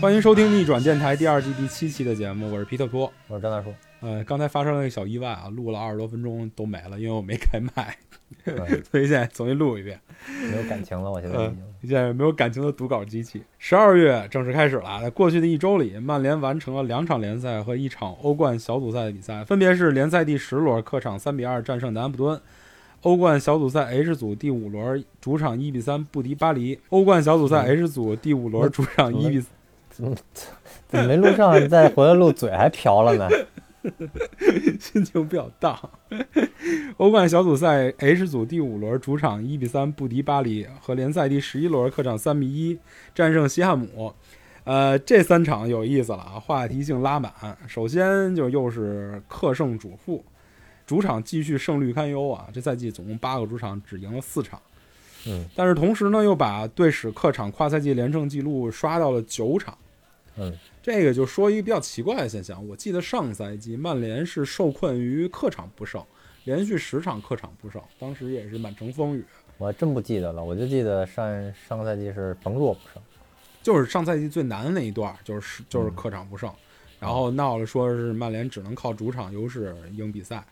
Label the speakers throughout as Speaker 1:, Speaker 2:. Speaker 1: 欢迎收听逆转电台第二季第七期的节目，我是皮特托。
Speaker 2: 我是张大叔，
Speaker 1: 呃，刚才发生了一个小意外啊，录了二十多分钟都没了，因为我没开麦，
Speaker 2: 嗯
Speaker 1: 所以现在重新录一遍。
Speaker 2: 没有感情了，我现在已经。
Speaker 1: 现在没有感情的读稿机器。十二月正式开始了啊，在过去的一周里，曼联完成了两场联赛和一场欧冠小组赛的比赛，分别是联赛第十轮客场三比二战胜南安普敦。欧冠小组赛 H 组第五轮主场一比三不敌巴黎。欧冠小组赛 H 组第五轮主场一比3
Speaker 2: 怎么没录上？啊你再回来录，嘴还瓢了呢。
Speaker 1: 心情比较荡。欧冠小组赛 H 组第五轮主场一比三不敌巴黎，和联赛第十一轮客场三比一战胜西汉姆。呃，这三场有意思了啊，话题性拉满。首先就又是客胜主负，主场继续胜率堪忧啊。这赛季总共八个主场只赢了四场，
Speaker 2: 嗯
Speaker 1: 但是同时呢又把队史客场跨赛季连胜记录刷到了九场。
Speaker 2: 嗯
Speaker 1: 这个就说一个比较奇怪的现象，我记得上赛季曼联是受困于客场不胜，连续十场客场不胜，当时也是满城风雨，
Speaker 2: 我还真不记得了，我就记得上上个赛季是甭弱不胜。
Speaker 1: 就是上赛季最难的那一段，
Speaker 2: 嗯
Speaker 1: 就是就是客场不胜，然后闹了说是曼联只能靠主场优势赢比赛，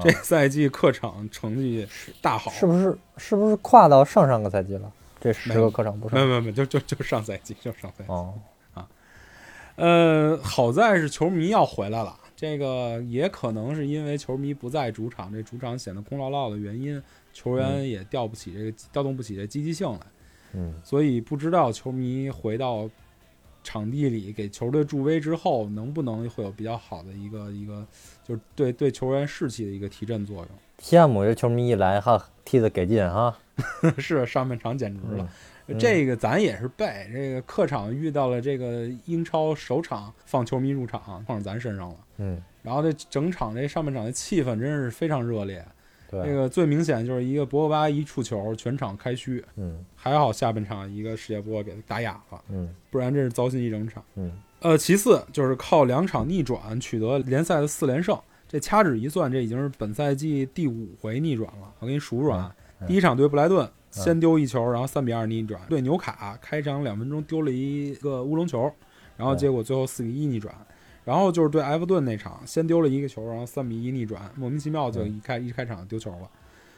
Speaker 1: 这赛季客场成绩大好，
Speaker 2: 啊是不是？是不是跨到上上个赛季了？这十
Speaker 1: 没有
Speaker 2: 个客场不
Speaker 1: 没有
Speaker 2: 胜。
Speaker 1: 没有没有，就就就上赛季就上赛季，
Speaker 2: 哦，
Speaker 1: 呃，好在是球迷要回来了，这个也可能是因为球迷不在主场，这主场显得空落落的原因，球员也调不起这个、调动不起这积极性来，
Speaker 2: 嗯，
Speaker 1: 所以不知道球迷回到场地里给球队助威之后，能不能会有比较好的一个一个，就是对对球员士气的一个提振作
Speaker 2: 西汉姆这球迷一来哈，踢得给劲哈。
Speaker 1: 用。是上半场简直了。
Speaker 2: 嗯，嗯
Speaker 1: 这个咱也是背，这个客场遇到了这个英超首场放球迷入场，放咱身上了。
Speaker 2: 嗯，
Speaker 1: 然后这整场这上半场的气氛真是非常热烈。那
Speaker 2: 对，
Speaker 1: 个最明显就是一个博格巴一触球，全场开虚。
Speaker 2: 嗯
Speaker 1: 还好下半场一个世界波给他打哑了，
Speaker 2: 嗯
Speaker 1: 不然真是糟心一整场。
Speaker 2: 嗯，
Speaker 1: 呃，其次就是靠两场逆转取得联赛的四连胜，这掐指一算，这已经是本赛季第五回逆转了。我给你数数啊，
Speaker 2: 嗯嗯
Speaker 1: 第一场对布莱顿。先丢一球，然后三比二逆转；对纽卡，开场两分钟丢了一个乌龙球，然
Speaker 2: 嗯
Speaker 1: 后结果最后四比一逆转。然后就是对埃弗顿那场，先丢了一个球，然后三比一逆转，莫名其妙就一开、一开场就丢球了。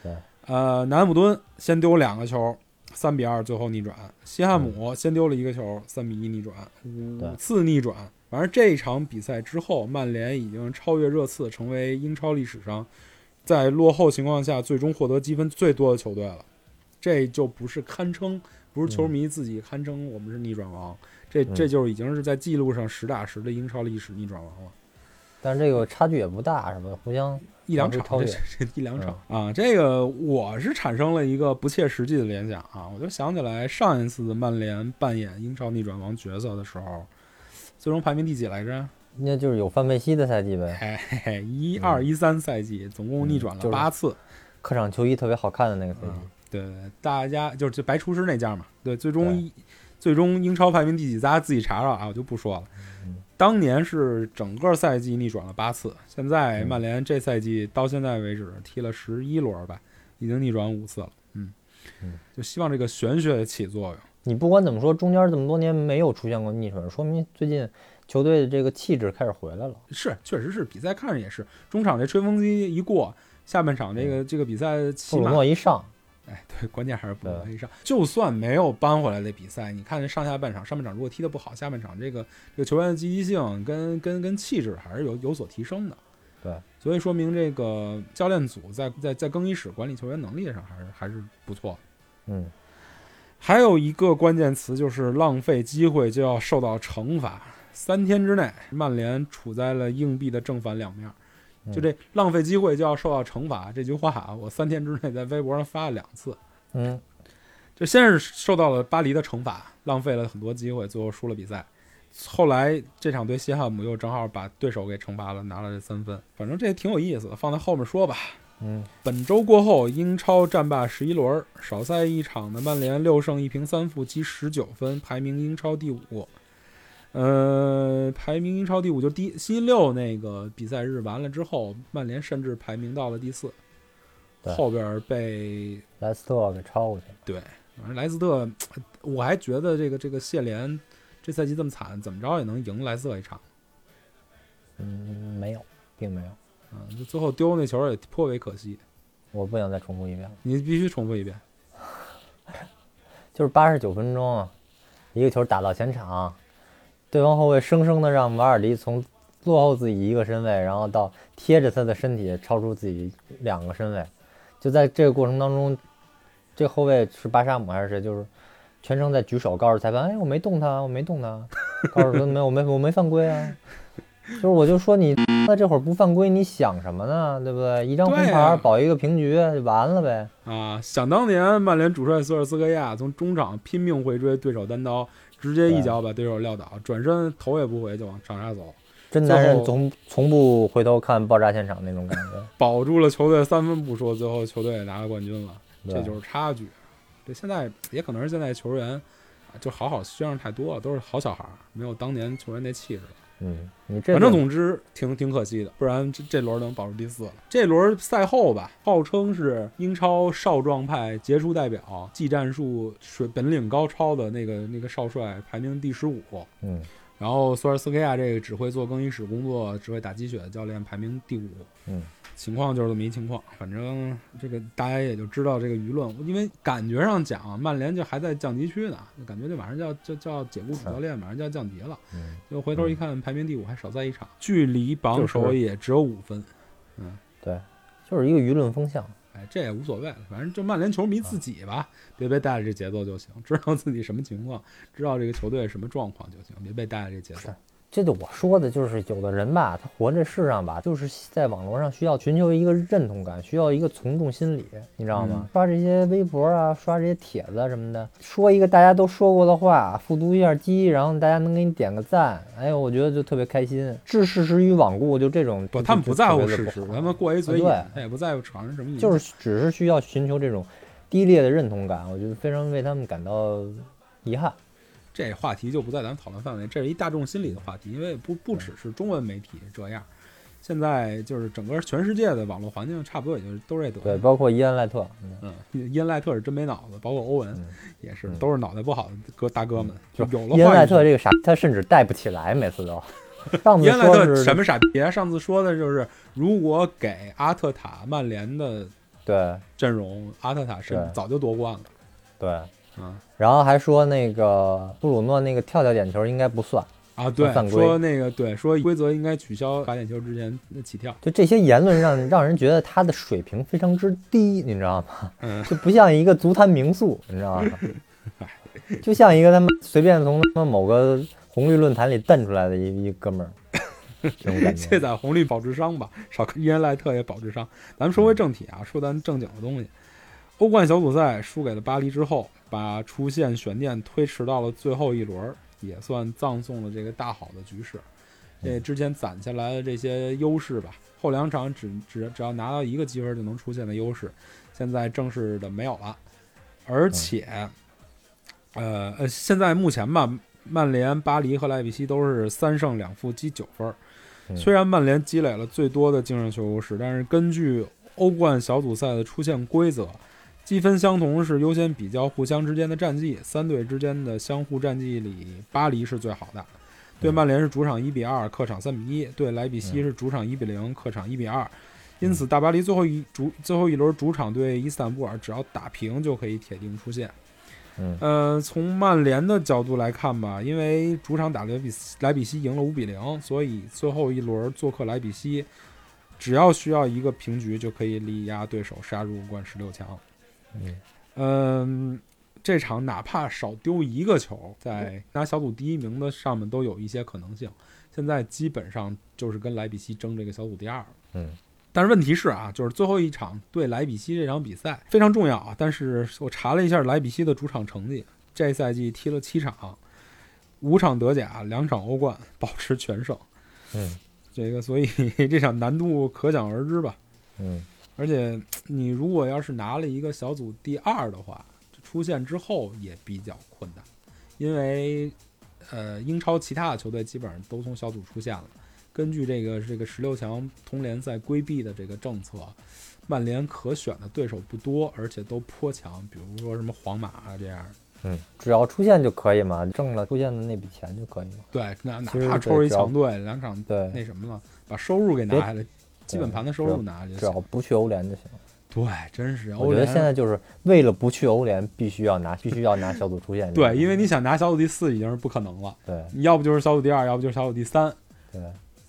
Speaker 2: 嗯对，
Speaker 1: 呃，南安普敦先丢两个球，三比二最后逆转；西汉姆先丢了一个球，三比一逆转，五
Speaker 2: 对
Speaker 1: 次逆转。反正这一场比赛之后，曼联已经超越热刺，成为英超历史上在落后情况下最终获得积分最多的球队了。这就不是堪称，不是球迷自己堪称我们是逆转王，这这就是已经是在记录上实打实的英超历史逆转王了。
Speaker 2: 但是这个差距也不大，是吧？互相
Speaker 1: 一两
Speaker 2: 往
Speaker 1: 场
Speaker 2: 回，超
Speaker 1: 这
Speaker 2: 越
Speaker 1: 这这一
Speaker 2: 嗯
Speaker 1: 两场、啊，这个我是产生了一个不切实际的联想啊，我就想起来上一次曼联扮演英超逆转王角色的时候，最终排名第几来着？
Speaker 2: 那就是有范佩西的赛季呗，
Speaker 1: 哎，嘿嘿，一二一三赛季总共逆转
Speaker 2: 嗯
Speaker 1: 了
Speaker 2: 就是
Speaker 1: 八次，
Speaker 2: 客场球衣特别好看的那个赛季
Speaker 1: 嗯。对对对，大家就是就白厨师那家嘛，对，最终
Speaker 2: 对
Speaker 1: 一最终英超排名第几，大家自己查查啊，我就不说了
Speaker 2: 嗯。
Speaker 1: 当年是整个赛季逆转了八次，现在
Speaker 2: 嗯
Speaker 1: 曼联这赛季到现在为止踢了十一轮吧，已经逆转五次了。嗯
Speaker 2: 嗯，
Speaker 1: 就希望这个玄学起作用。
Speaker 2: 你不管怎么说，中间这么多年没有出现过逆转，说明最近球队的这个气质开始回来了。
Speaker 1: 是，确实是比赛看着也是，中场这吹风机一过，下半场这
Speaker 2: 嗯
Speaker 1: 个这个比赛起
Speaker 2: 布鲁
Speaker 1: 码
Speaker 2: 诺一上，
Speaker 1: 哎，对，关键还是不能
Speaker 2: 对
Speaker 1: 黑上。就算没有扳回来的比赛，你看这上下半场，上半场如果踢得不好，下半场这个这个球员的积极性跟跟跟气质还是有有所提升的。
Speaker 2: 对，
Speaker 1: 所以说明这个教练组在在在更衣室管理球员能力上还是还是不错的。
Speaker 2: 嗯，
Speaker 1: 还有一个关键词就是浪费机会就要受到惩罚。三天之内，曼联处在了硬币的正反两面。
Speaker 2: 嗯
Speaker 1: 就这浪费机会就要受到惩罚这句话啊，我三天之内在微博上发了两次。
Speaker 2: 嗯，
Speaker 1: 这先是受到了巴黎的惩罚，浪费了很多机会，最后输了比赛。后来这场对西汉姆又正好把对手给惩罚了，拿了这三分。反正这也挺有意思的，放在后面说吧。
Speaker 2: 嗯，
Speaker 1: 本周过后，英超战罢十一轮，少赛一场的曼联六胜一平三负积十九分，排名英超第五。呃，排名英超第五，就第星期六那个比赛日完了之后，曼联甚至排名到了第四，
Speaker 2: 对
Speaker 1: 后边儿被
Speaker 2: 莱斯特给超过去了。
Speaker 1: 反正莱斯特，我还觉得这个这个谢联这赛季这么惨，怎么着也能赢莱斯特一场。
Speaker 2: 嗯，没有，并没有，
Speaker 1: 嗯，就最后丢那球也颇为可惜。
Speaker 2: 我不想再重复一遍了。
Speaker 1: 你必须重复一遍。
Speaker 2: 就是八十九分钟，啊一个球打到前场，对方后卫生生的让瓦尔迪从落后自己一个身位，然后到贴着他的身体超出自己两个身位，就在这个过程当中，这后卫是巴沙姆还是谁？就是全程在举手告诉裁判：“哎，我没动他，我没动他。”告诉说没有，我没我没犯规啊。就是我就说你 那这会儿不犯规，你想什么呢？对不对？一张红
Speaker 1: 对
Speaker 2: 牌、
Speaker 1: 啊
Speaker 2: 保一个平局就完了呗。
Speaker 1: 啊，想当年曼联主帅索尔斯克亚从中场拼命回追对手单刀，直接一脚把对手撂倒，转身头也不回就往长沙走，
Speaker 2: 真
Speaker 1: 最
Speaker 2: 男人
Speaker 1: 后
Speaker 2: 从从不回头看爆炸现场那种感 觉。
Speaker 1: 保住了球队三分不说，最后球队也拿了冠军了，这
Speaker 2: 对
Speaker 1: 就是差距。这现在也可能是现在球员啊就好好学生太多了，都是好小孩儿，没有当年球员那气质了。
Speaker 2: 嗯，你这
Speaker 1: 反正
Speaker 2: 个
Speaker 1: 总之挺挺可惜的，不然这这轮能保住第四了。这轮赛后吧，号称是英超少壮派杰出代表，技战术水本领高超的那个那个少帅排名第十五，
Speaker 2: 嗯
Speaker 1: 然后索尔斯克亚这个只会做更衣室工作、只会打鸡血的教练排名第五。
Speaker 2: 嗯，
Speaker 1: 情况就是这么一情况。反正这个大家也就知道这个舆论，因为感觉上讲，曼联就还在降级区呢，就感觉这马上就要就就要解雇主教练，马上就要降级了。
Speaker 2: 嗯，
Speaker 1: 就回头一看，排名第五还少赛一场，距离榜首
Speaker 2: 就是
Speaker 1: 也只有五分。
Speaker 2: 对，就是一个舆论风向。
Speaker 1: 哎，这也无所谓了，反正就曼联球迷自己吧，别被带着这节奏就行，知道自己什么情况，知道这个球队什么状况就行，别被带着这节奏
Speaker 2: 是。这就我说的，就是有的人吧，他活这世上吧，就是在网络上需要寻求一个认同感，需要一个从众心理，你知道吗？
Speaker 1: 嗯
Speaker 2: 刷这些微博啊，刷这些帖子啊什么的，说一个大家都说过的话，复读一下机，然后大家能给你点个赞，哎呦，我觉得就特别开心。置事实于罔顾，就这种
Speaker 1: 不，
Speaker 2: 就
Speaker 1: 他们
Speaker 2: 就
Speaker 1: 不在
Speaker 2: 特
Speaker 1: 乎
Speaker 2: 别的
Speaker 1: 事
Speaker 2: 不
Speaker 1: 实，
Speaker 2: 好啊
Speaker 1: 他们过一嘴瘾
Speaker 2: 对，
Speaker 1: 他也不在乎场上什么影响。
Speaker 2: 就是只是需要寻求这种低劣的认同感，我觉得非常为他们感到遗憾。
Speaker 1: 这话题就不在咱们讨论范围，这是一大众心理的话题，因为不不只是中文媒体这样，现在就是整个全世界的网络环境差不多也就是都这德
Speaker 2: 对，
Speaker 1: 行。
Speaker 2: 包括伊恩赖特，嗯
Speaker 1: 嗯，伊恩赖特是真没脑子，包括欧文
Speaker 2: 嗯
Speaker 1: 也是，
Speaker 2: 嗯
Speaker 1: 都是脑袋不好的哥大哥们，
Speaker 2: 就
Speaker 1: 有了
Speaker 2: 伊恩
Speaker 1: 话
Speaker 2: 赖
Speaker 1: 语权
Speaker 2: 特这个傻，他甚至带不起来，每 次都。上次
Speaker 1: 伊恩赖特
Speaker 2: 说是
Speaker 1: 什么傻逼？啊上次说的就是，如果给阿特塔曼联的
Speaker 2: 对
Speaker 1: 阵容，阿特塔是
Speaker 2: 对
Speaker 1: 早就夺冠了。
Speaker 2: 对，
Speaker 1: 啊
Speaker 2: 然后还说那个布鲁诺那个跳跳点球应该不算，
Speaker 1: 啊，对，
Speaker 2: 犯规
Speaker 1: 说那个对，说规则应该取消罚点球之前的起跳。
Speaker 2: 就这些言论让让人觉得他的水平非常之低，你知道吗？
Speaker 1: 嗯，
Speaker 2: 就不像一个足坛名宿，你 知道吗？就像一个他们随便从他们某个红绿论坛里蹬出来的一一哥们儿，这种感 觉。
Speaker 1: 这在红绿保智商吧，少看伊恩赖特也保智商。咱们说回正题啊，说咱正经的东西。欧冠小组赛输给了巴黎之后，把出线悬念推迟到了最后一轮儿，也算葬送了这个大好的局势。这之前攒下来的这些优势吧，后两场只只只要拿到一个积分就能出现的优势，现在正式的没有了。而且，呃呃，现在目前吧，曼联、巴黎和莱比锡都是三胜两负积九分儿。
Speaker 2: 嗯
Speaker 1: 虽然曼联积累了最多的净胜球优势，但是根据欧冠小组赛的出现规则，积分相同是优先比较互相之间的战绩，三队之间的相互战绩里，巴黎是最好的。对
Speaker 2: 嗯
Speaker 1: 曼联是主场一比二，客场三比一；对莱比锡是主场一比零，客场一比二。因此，大巴黎最后一主最后一轮主场对伊斯坦布尔，只要打平就可以铁定出线。
Speaker 2: 嗯
Speaker 1: 呃，从曼联的角度来看吧，因为主场打莱比锡莱比锡赢了五比零，所以最后一轮做客莱比锡，只要需要一个平局就可以力压对手，杀入欧冠十六强。
Speaker 2: 嗯
Speaker 1: 嗯，这场哪怕少丢一个球，在拿小组第一名的上面都有一些可能性。现在基本上就是跟莱比锡争这个小组第二了。
Speaker 2: 嗯，
Speaker 1: 但是问题是啊，就是最后一场对莱比锡这场比赛非常重要啊。但是我查了一下莱比锡的主场成绩，这赛季踢了七场，五场德甲，两场欧冠，保持全胜。
Speaker 2: 嗯
Speaker 1: 这个所以 这场难度可想而知吧。
Speaker 2: 嗯
Speaker 1: 而且你如果要是拿了一个小组第二的话，出线之后也比较困难，因为呃，英超其他的球队基本上都从小组出线了。根据这个这个十六强通联赛规避的这个政策，曼联可选的对手不多，而且都颇强，比如说什么皇马啊这样的。
Speaker 2: 嗯，只要出线就可以嘛，挣了出线的那笔钱就可以嘛。
Speaker 1: 对，哪哪
Speaker 2: 其实
Speaker 1: 怕
Speaker 2: 得
Speaker 1: 抽一
Speaker 2: 只要
Speaker 1: 强队两场
Speaker 2: 对，
Speaker 1: 那什么了，把收入给拿
Speaker 2: 别
Speaker 1: 下来，基本盘的收入拿下
Speaker 2: 只
Speaker 1: 就
Speaker 2: 要
Speaker 1: 行。
Speaker 2: 不去欧联就行。
Speaker 1: 对，真是欧
Speaker 2: 我觉得
Speaker 1: 联
Speaker 2: 现在就是为了不去欧联，必须要拿，必须要拿小组出线。
Speaker 1: 对，因为你想拿小组第四已经是不可能了，
Speaker 2: 对
Speaker 1: 你要不就是小组第二，要不就是小组第三，
Speaker 2: 对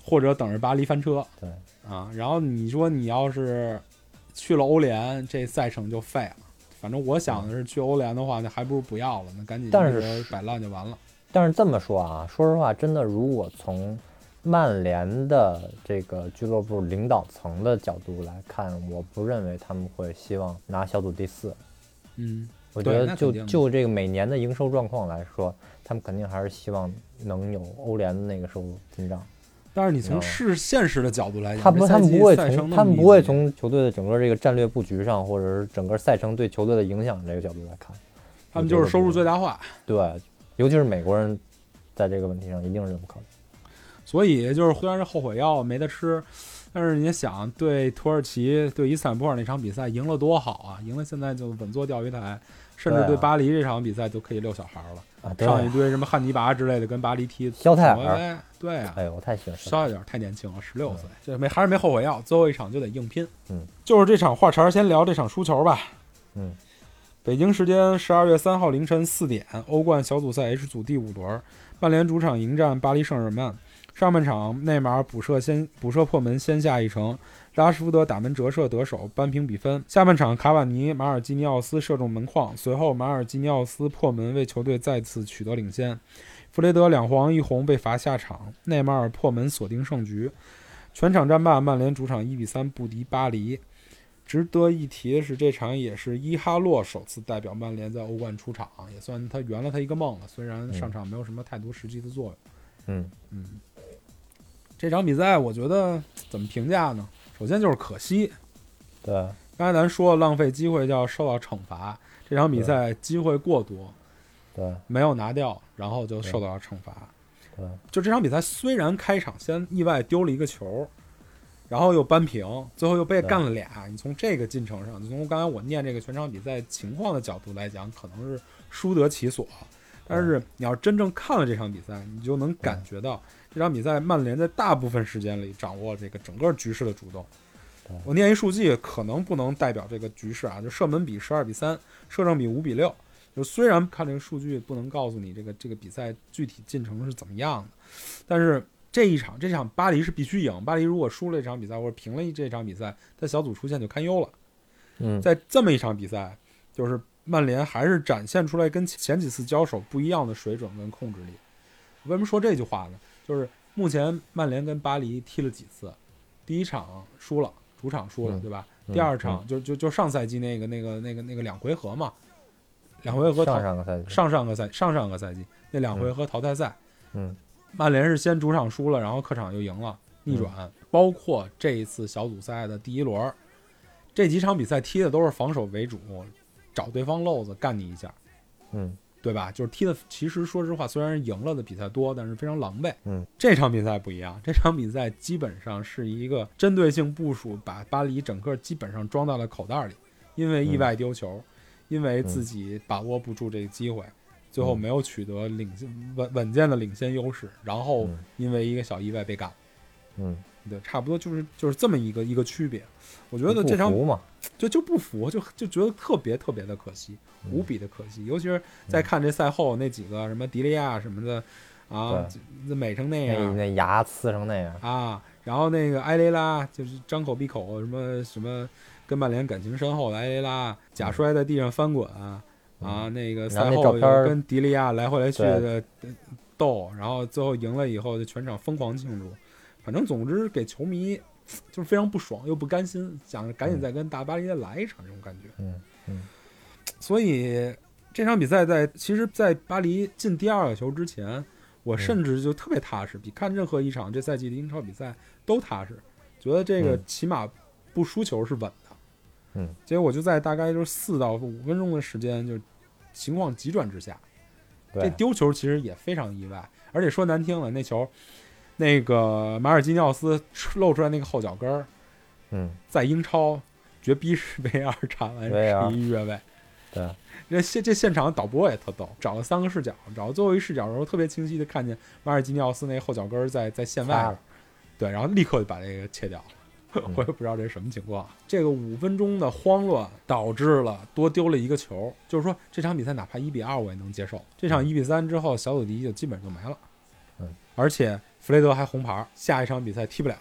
Speaker 1: 或者等着巴黎翻车
Speaker 2: 对，
Speaker 1: 啊。然后你说你要是去了欧联，这赛程就废了。反正我想的是，去欧联的话，那还不如不要了，那赶紧
Speaker 2: 但
Speaker 1: 一
Speaker 2: 是
Speaker 1: 直摆烂就完了。
Speaker 2: 但是这么说啊，说实话，真的，如果从曼联的这个俱乐部领导层的角度来看，我不认为他们会希望拿小组第四。
Speaker 1: 嗯，
Speaker 2: 我觉
Speaker 1: 对
Speaker 2: 得
Speaker 1: 那
Speaker 2: 就
Speaker 1: 肯定的
Speaker 2: 就这个每年的营收状况来说，他们肯定还是希望能有欧联的那个收入进账。
Speaker 1: 但是你从
Speaker 2: 然后
Speaker 1: 是现实的角度来讲，
Speaker 2: 他不，
Speaker 1: 哎这
Speaker 2: 他
Speaker 1: 赛
Speaker 2: 们
Speaker 1: 季
Speaker 2: 不会
Speaker 1: 赛程
Speaker 2: 从
Speaker 1: 那
Speaker 2: 他
Speaker 1: 么
Speaker 2: 们不
Speaker 1: 密
Speaker 2: 会
Speaker 1: 集
Speaker 2: 从球队的整个这个战略布局上，或者是整个赛程对球队的影响这个角度来看，
Speaker 1: 他们就是收入最大化。
Speaker 2: 对，尤其是美国人在这个问题上一定是这么考虑。
Speaker 1: 所以就是虽然是后悔药没得吃，但是你也想对土耳其对伊斯坦布尔那场比赛赢了多好啊！赢了现在就稳坐钓鱼台，甚至
Speaker 2: 对
Speaker 1: 对
Speaker 2: 啊
Speaker 1: 巴黎这场比赛都可以遛小孩了，
Speaker 2: 啊，对啊，
Speaker 1: 上一堆什么汉尼拔之类的跟巴黎踢。
Speaker 2: 肖泰
Speaker 1: 怎么
Speaker 2: 尔，
Speaker 1: 哎对啊，
Speaker 2: 哎呦，我太喜欢肖泰尔
Speaker 1: 稍一点太年轻了，十六岁，这没还是没后悔药，最后一场就得硬拼。
Speaker 2: 嗯，
Speaker 1: 就是这场话茬儿，先聊这场输球吧。
Speaker 2: 嗯，
Speaker 1: 北京时间十二月三号凌晨四点，欧冠小组赛 H 组第五轮，曼联主场迎战巴黎圣日耳曼。上半场，内马尔补射先补射破门，先下一城；拉什福德打门折射得手，扳平比分。下半场，卡瓦尼、马尔基尼奥斯射中门框，随后马尔基尼奥斯破门为球队再次取得领先。弗雷德两黄一红被罚下场，内马尔破门锁定胜局。全场战罢，曼联主场一比三不敌巴黎。值得一提的是，这场也是伊哈洛首次代表曼联在欧冠出场，也算他圆了他一个梦了。啊虽然上场没有什么太多实际的作用。
Speaker 2: 嗯
Speaker 1: 嗯，这场比赛我觉得怎么评价呢？首先就是可惜，
Speaker 2: 对，
Speaker 1: 刚才咱说浪费机会就要受到惩罚，这场比赛机会过多，
Speaker 2: 对，
Speaker 1: 没有拿掉，然后就受到了惩罚。
Speaker 2: 对，
Speaker 1: 就这场比赛虽然开场先意外丢了一个球，然后又扳平，最后又被
Speaker 2: 对
Speaker 1: 干了俩。你从这个进程上，就从刚才我念这个全场比赛情况的角度来讲，可能是输得其所。但是你要真正看了这场比赛，你就能感觉到这场比赛曼联在大部分时间里掌握这个整个局势的主动
Speaker 2: 对。
Speaker 1: 我念一数据，可能不能代表这个局势啊，就射门比十二比三，射正比五比六。就虽然看这个数据不能告诉你这个这个比赛具体进程是怎么样的，但是这一场这场巴黎是必须赢。巴黎如果输了这场比赛或者平了这场比赛，在小组出线就堪忧了。
Speaker 2: 嗯，
Speaker 1: 在这么一场比赛，就是曼联还是展现出来跟前几次交手不一样的水准跟控制力。为什么说这句话呢？就是目前曼联跟巴黎踢了几次，第一场输了，主场输了，
Speaker 2: 嗯
Speaker 1: 对吧？
Speaker 2: 嗯
Speaker 1: 第二场就就就上赛季那个那个那个那个两回合嘛，两回合淘
Speaker 2: 上上个赛季，
Speaker 1: 上上个赛上上个赛季那两回合淘汰赛，
Speaker 2: 嗯，
Speaker 1: 曼联是先主场输了，然后客场又赢了，逆转。包括这一次小组赛的第一轮儿，这几场比赛踢的都是防守为主，找对方漏子干你一下，
Speaker 2: 嗯，
Speaker 1: 对吧？就是踢的，其实说实话，虽然赢了的比赛多，但是非常狼狈。
Speaker 2: 嗯，
Speaker 1: 这场比赛不一样，这场比赛基本上是一个针对性部署，把巴黎整个基本上装到了口袋里，因为意外丢球，因为自己把握不住这个机会，最后
Speaker 2: 嗯
Speaker 1: 没有取得领先稳稳健的领先优势，然后
Speaker 2: 嗯
Speaker 1: 因为一个小意外被干了。
Speaker 2: 嗯，
Speaker 1: 对，差不多就是就是这么一个一个区别。我觉
Speaker 2: 觉
Speaker 1: 得这场
Speaker 2: 服嘛，
Speaker 1: 就就不服，就就觉得特别特别的可惜，无比的可惜。尤其是在看这赛后那几个什么迪利亚什么的，啊，这美成那
Speaker 2: 那
Speaker 1: 样
Speaker 2: 那牙呲成那样，
Speaker 1: 啊，然后那个埃雷拉就是张口闭口什么什么跟曼联感情深厚的埃雷拉，假摔在地上翻滚啊，啊那个赛
Speaker 2: 然后那
Speaker 1: 后
Speaker 2: 照
Speaker 1: 又
Speaker 2: 片儿
Speaker 1: 跟迪利亚来回来去
Speaker 2: 对
Speaker 1: 的斗，然后最后赢了以后就全场疯狂庆祝，反正总之给球迷就是非常不爽又不甘心，想着赶紧嗯再跟大巴黎再来一场这种感觉。
Speaker 2: 嗯嗯
Speaker 1: 所以这场比赛在其实，在巴黎进第二个球之前，
Speaker 2: 嗯
Speaker 1: 我甚至就特别踏实，比看任何一场这赛季的英超比赛都踏实，觉得这个
Speaker 2: 嗯
Speaker 1: 起码不输球是稳的。
Speaker 2: 嗯，
Speaker 1: 结果就在大概就是四到五分钟的时间，就情况急转直下。这
Speaker 2: 对，
Speaker 1: 丢球其实也非常意外，而且说难听了，那球，那个马尔基尼奥斯露出来那个后脚跟儿，
Speaker 2: 嗯
Speaker 1: 在英超绝逼是 VR 查完
Speaker 2: 对啊
Speaker 1: 十一越位，
Speaker 2: 对，
Speaker 1: 这现这现场导播也特逗，找了三个视角，找到最后一视角的时候，特别清晰的看见马尔基尼奥斯那后脚跟儿在在线
Speaker 2: 发
Speaker 1: 外
Speaker 2: 了，
Speaker 1: 对，然后立刻就把这个切掉了。
Speaker 2: 嗯
Speaker 1: 我也不知道这是什么情况。啊这个五分钟的慌乱导致了多丢了一个球，就是说这场比赛哪怕一比二我也能接受。这场
Speaker 2: 嗯
Speaker 1: 一比三之后，小组第一就基本就没了。
Speaker 2: 嗯，
Speaker 1: 而且弗雷德还红牌，下一场比赛踢不了。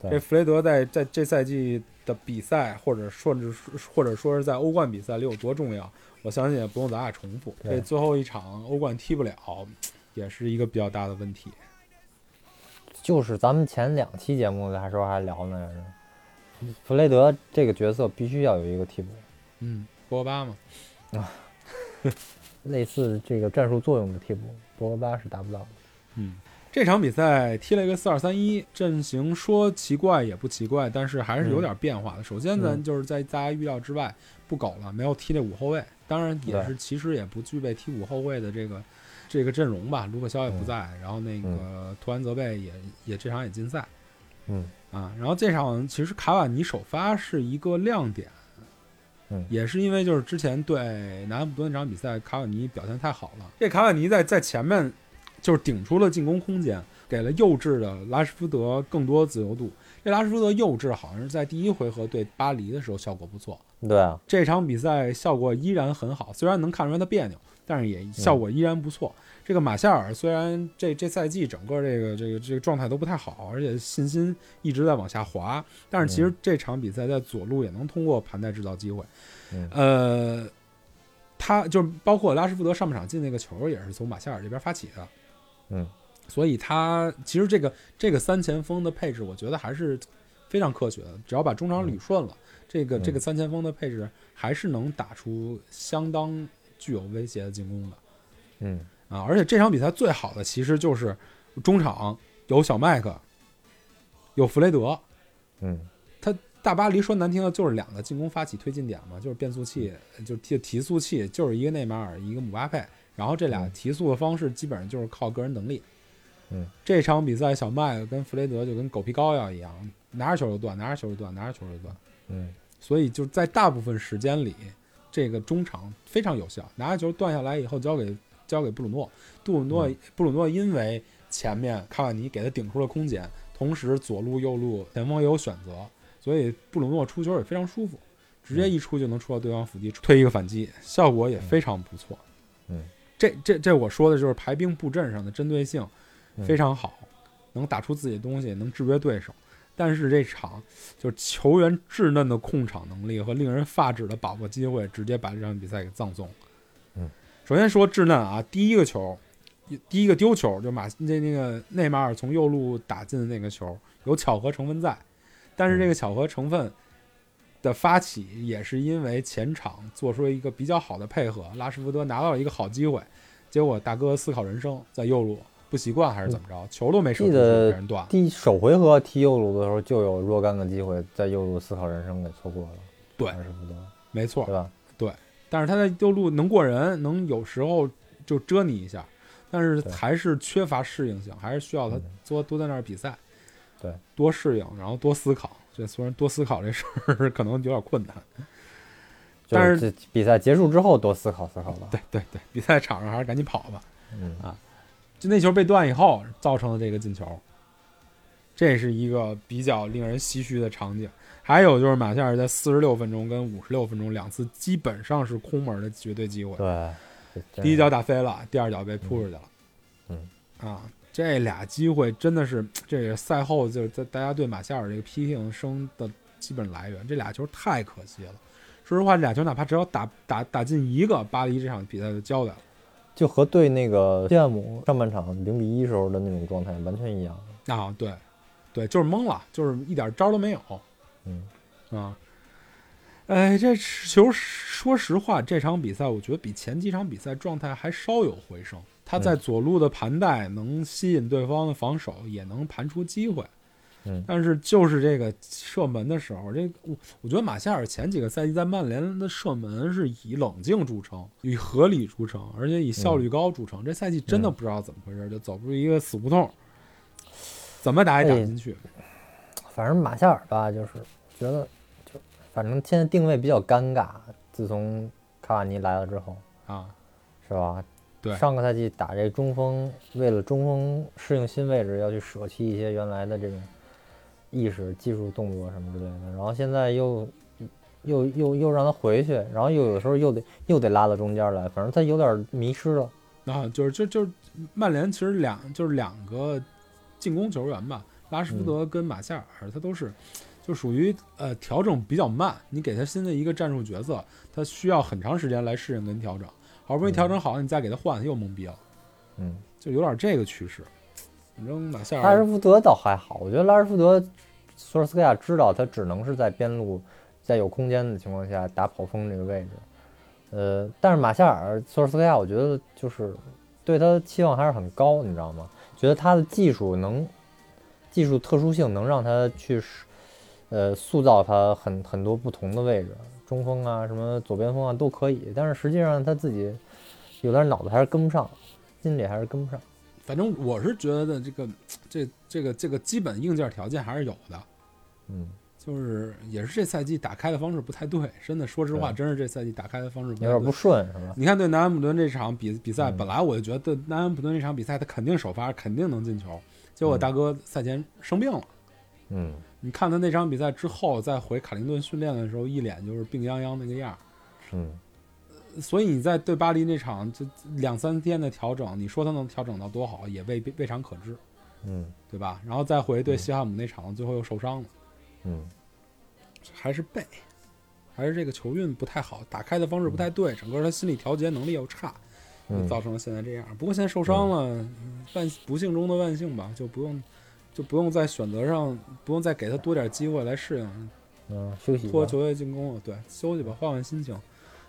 Speaker 2: 对
Speaker 1: 这弗雷德在在这赛季的比赛，或者说是或者说是在欧冠比赛里有多重要，我相信也不用咱俩重复。
Speaker 2: 对
Speaker 1: 这最后一场欧冠踢不了，也是一个比较大的问题。
Speaker 2: 就是咱们前两期节目的时候还聊呢，弗雷德这个角色必须要有一个替补，
Speaker 1: 嗯，博格巴嘛，
Speaker 2: 类似这个战术作用的替补，博格巴是达不到的。
Speaker 1: 嗯，这场比赛踢了一个四二三一阵型，说奇怪也不奇怪，但是还是有点变化的。首先，咱
Speaker 2: 嗯
Speaker 1: 就是在大家预料之外，不搞了，没有踢那五后卫，当然也
Speaker 2: 对
Speaker 1: 是其实也不具备踢五后卫的这个这个阵容吧。卢克肖
Speaker 2: 嗯
Speaker 1: 也不在，然后那个图安泽贝也也这场也禁赛
Speaker 2: 嗯，
Speaker 1: 啊。然后这场其实卡瓦尼首发是一个亮点。
Speaker 2: 嗯
Speaker 1: 也是因为就是之前对南安普顿那场比赛，卡瓦尼表现太好了。这卡瓦尼在在前面就是顶出了进攻空间，给了幼稚的拉什福德更多自由度。这拉什福德幼稚好像是在第一回合对巴黎的时候效果不错，
Speaker 2: 对啊，
Speaker 1: 这场比赛效果依然很好，虽然能看出来他别扭，但是也效果依然不错。这个马夏尔虽然这这赛季整个这个这个这个状态都不太好，而且信心一直在往下滑，但是其实这场比赛在左路也能通过盘带制造机会。
Speaker 2: 嗯
Speaker 1: 呃，他就是包括拉什福德上半场进那个球也是从马夏尔这边发起的。
Speaker 2: 嗯，
Speaker 1: 所以他其实这个这个三前锋的配置，我觉得还是非常科学的，只要把中场捋顺了。这个
Speaker 2: 嗯
Speaker 1: 这个三前锋的配置还是能打出相当具有威胁的进攻的
Speaker 2: 嗯，
Speaker 1: 啊！而且这场比赛最好的其实就是中场有小麦克，有弗雷德，
Speaker 2: 嗯，
Speaker 1: 大巴黎说难听的就是两个进攻发起推进点嘛，就是变速器，
Speaker 2: 嗯
Speaker 1: 就是提提速器，就是一个内马尔，一个姆巴佩。然后这俩
Speaker 2: 嗯
Speaker 1: 提速的方式基本上就是靠个人能力。
Speaker 2: 嗯，
Speaker 1: 这场比赛小麦跟弗雷德就跟狗皮膏药一样，拿着球就断，拿着球就断，拿着球就断。
Speaker 2: 嗯，
Speaker 1: 所以就在大部分时间里，这个中场非常有效，拿着球断下来以后交给交给布鲁诺，杜鲁诺、布鲁诺因为前面卡瓦尼给他顶出了空间，同时左路右路前锋也有选择，所以布鲁诺出球也非常舒服，直接一出就能出到对方腹地，推一个反击，效果也非常不错。
Speaker 2: 嗯，
Speaker 1: 这这这我说的就是排兵布阵上的针对性非常好，能打出自己的东西，能制约对手。但是这场就是球员稚嫩的控场能力和令人发指的把握机会，直接把这场比赛给葬送。
Speaker 2: 嗯，
Speaker 1: 首先说稚嫩啊，第一个球，第一个丢球就马那那个内马尔从右路打进的那个球，有巧合成分在，但是这个巧合成分的发起也是因为前场做出了一个比较好的配合，拉什福德拿到了一个好机会，结果大哥思考人生，在右路不习惯还是怎么着，球都没射出
Speaker 2: 嗯记
Speaker 1: 去，
Speaker 2: 得
Speaker 1: 被人断了。
Speaker 2: 第首回合踢右路的时候就有若干个机会在右路思考人生给错过了，
Speaker 1: 对
Speaker 2: 二十分钟，
Speaker 1: 没错
Speaker 2: 对，吧？
Speaker 1: 但是他在右路能过人，能有时候就遮你一下，但是
Speaker 2: 对
Speaker 1: 还是缺乏适应性，还是需要他
Speaker 2: 嗯
Speaker 1: 多多在那儿比赛，
Speaker 2: 对，
Speaker 1: 多适应，然后多思考。这虽然多思考这事儿可能有点困难，
Speaker 2: 嗯就
Speaker 1: 但
Speaker 2: 这比赛结束之后多思考思考吧。
Speaker 1: 对对对，比赛场上还是赶紧跑吧。
Speaker 2: 嗯
Speaker 1: 就那球被断以后造成的这个进球，这是一个比较令人唏嘘的场景。还有就是马夏尔在四十六分钟跟五十六分钟两次基本上是空门的绝对机会，
Speaker 2: 对，这真
Speaker 1: 第一脚打飞了，第二脚被扑出去了。
Speaker 2: 嗯，
Speaker 1: 啊，这俩机会真的是，这也是赛后就是在大家对马夏尔这个批评声的基本来源。这俩球太可惜了。说实话，这俩球哪怕只要打打打进一个，巴黎这场比赛就交代了。
Speaker 2: 就和对那个西汉姆上半场零比一时候的那种状态完全一样。
Speaker 1: 啊，对，对，就是懵了，就是一点招都没有。
Speaker 2: 嗯
Speaker 1: 啊，哎，这球说实话，这场比赛我觉得比前几场比赛状态还稍有回升。他在
Speaker 2: 嗯
Speaker 1: 左路的盘带能吸引对方的防守，也能盘出机会。
Speaker 2: 嗯
Speaker 1: 但是就是这个射门的时候，这个我我觉得马夏尔前几个赛季在曼联的射门是以冷静著称，以合理著称，而且以效率高著称。这赛季真的
Speaker 2: 嗯
Speaker 1: 不知道怎么回事，就走不出一个死胡同，怎么打也打不
Speaker 2: 哎
Speaker 1: 进去。
Speaker 2: 反正马夏尔吧，就是觉得就反正现在定位比较尴尬。自从卡瓦尼来了之后，
Speaker 1: 啊，
Speaker 2: 是吧？
Speaker 1: 对
Speaker 2: 上个赛季打这中锋，为了中锋适应新位置，要去舍弃一些原来的这种意识、技术、动作什么之类的。然后现在又又又又让他回去，然后又有的时候又得又得拉到中间来，反正他有点迷失了。
Speaker 1: 啊，就是就就是曼联其实两就是两个进攻球员吧，拉什福德
Speaker 2: 嗯
Speaker 1: 跟马夏尔，他都是就属于呃调整比较慢。你给他新的一个战术角色，他需要很长时间来适应跟调整。好不容易调整好了，你再给他换，他又懵逼了，
Speaker 2: 嗯，
Speaker 1: 就有点这个趋势。反正马夏
Speaker 2: 拉什
Speaker 1: 尔
Speaker 2: 福德倒还好，我觉得拉什福德，索尔斯克亚知道他只能是在边路，在有空间的情况下打跑锋这个位置。呃，但是马夏尔、索尔斯克亚，我觉得就是对他期望还是很高，你知道吗？觉得他的技术能，技术特殊性能让他去是，呃，塑造他很很多不同的位置，中锋啊，什么左边锋啊都可以。但是实际上他自己有点脑子还是跟不上，心里还是跟不上。
Speaker 1: 反正我是觉得这个这这个这个基本硬件条件还是有的，
Speaker 2: 嗯，
Speaker 1: 就是也是这赛季打开的方式不太对。真的，说实话，
Speaker 2: 对
Speaker 1: 真是这赛季打开的方式不
Speaker 2: 有
Speaker 1: 太
Speaker 2: 点
Speaker 1: 对
Speaker 2: 不。顺，是吧？
Speaker 1: 你看对南安普顿这场比比赛，
Speaker 2: 嗯
Speaker 1: 本来我就觉得南安普顿这场比赛他肯定首发，肯定能进球，结果
Speaker 2: 嗯
Speaker 1: 大哥赛前生病了。
Speaker 2: 嗯。
Speaker 1: 你看他那场比赛之后，再回卡林顿训练的时候，一脸就是病殃殃那个样儿。
Speaker 2: 嗯
Speaker 1: 所以你在对巴黎那场这两三天的调整，你说他能调整到多好，也未必未尝可知，
Speaker 2: 嗯
Speaker 1: 对吧？然后再回对西汉姆那场，最后又受伤了，
Speaker 2: 嗯
Speaker 1: 还是背，还是这个球运不太好，打开的方式不太对，整个他心理调节能力又差。
Speaker 2: 嗯，
Speaker 1: 造成了现在这样。不过现在受伤了，万不幸中的万幸吧，就不用就不用在选择上不用再给他多点机会来适应，
Speaker 2: 嗯，休息吧嗯
Speaker 1: 拖球队进攻了。对，休息吧，换换心情，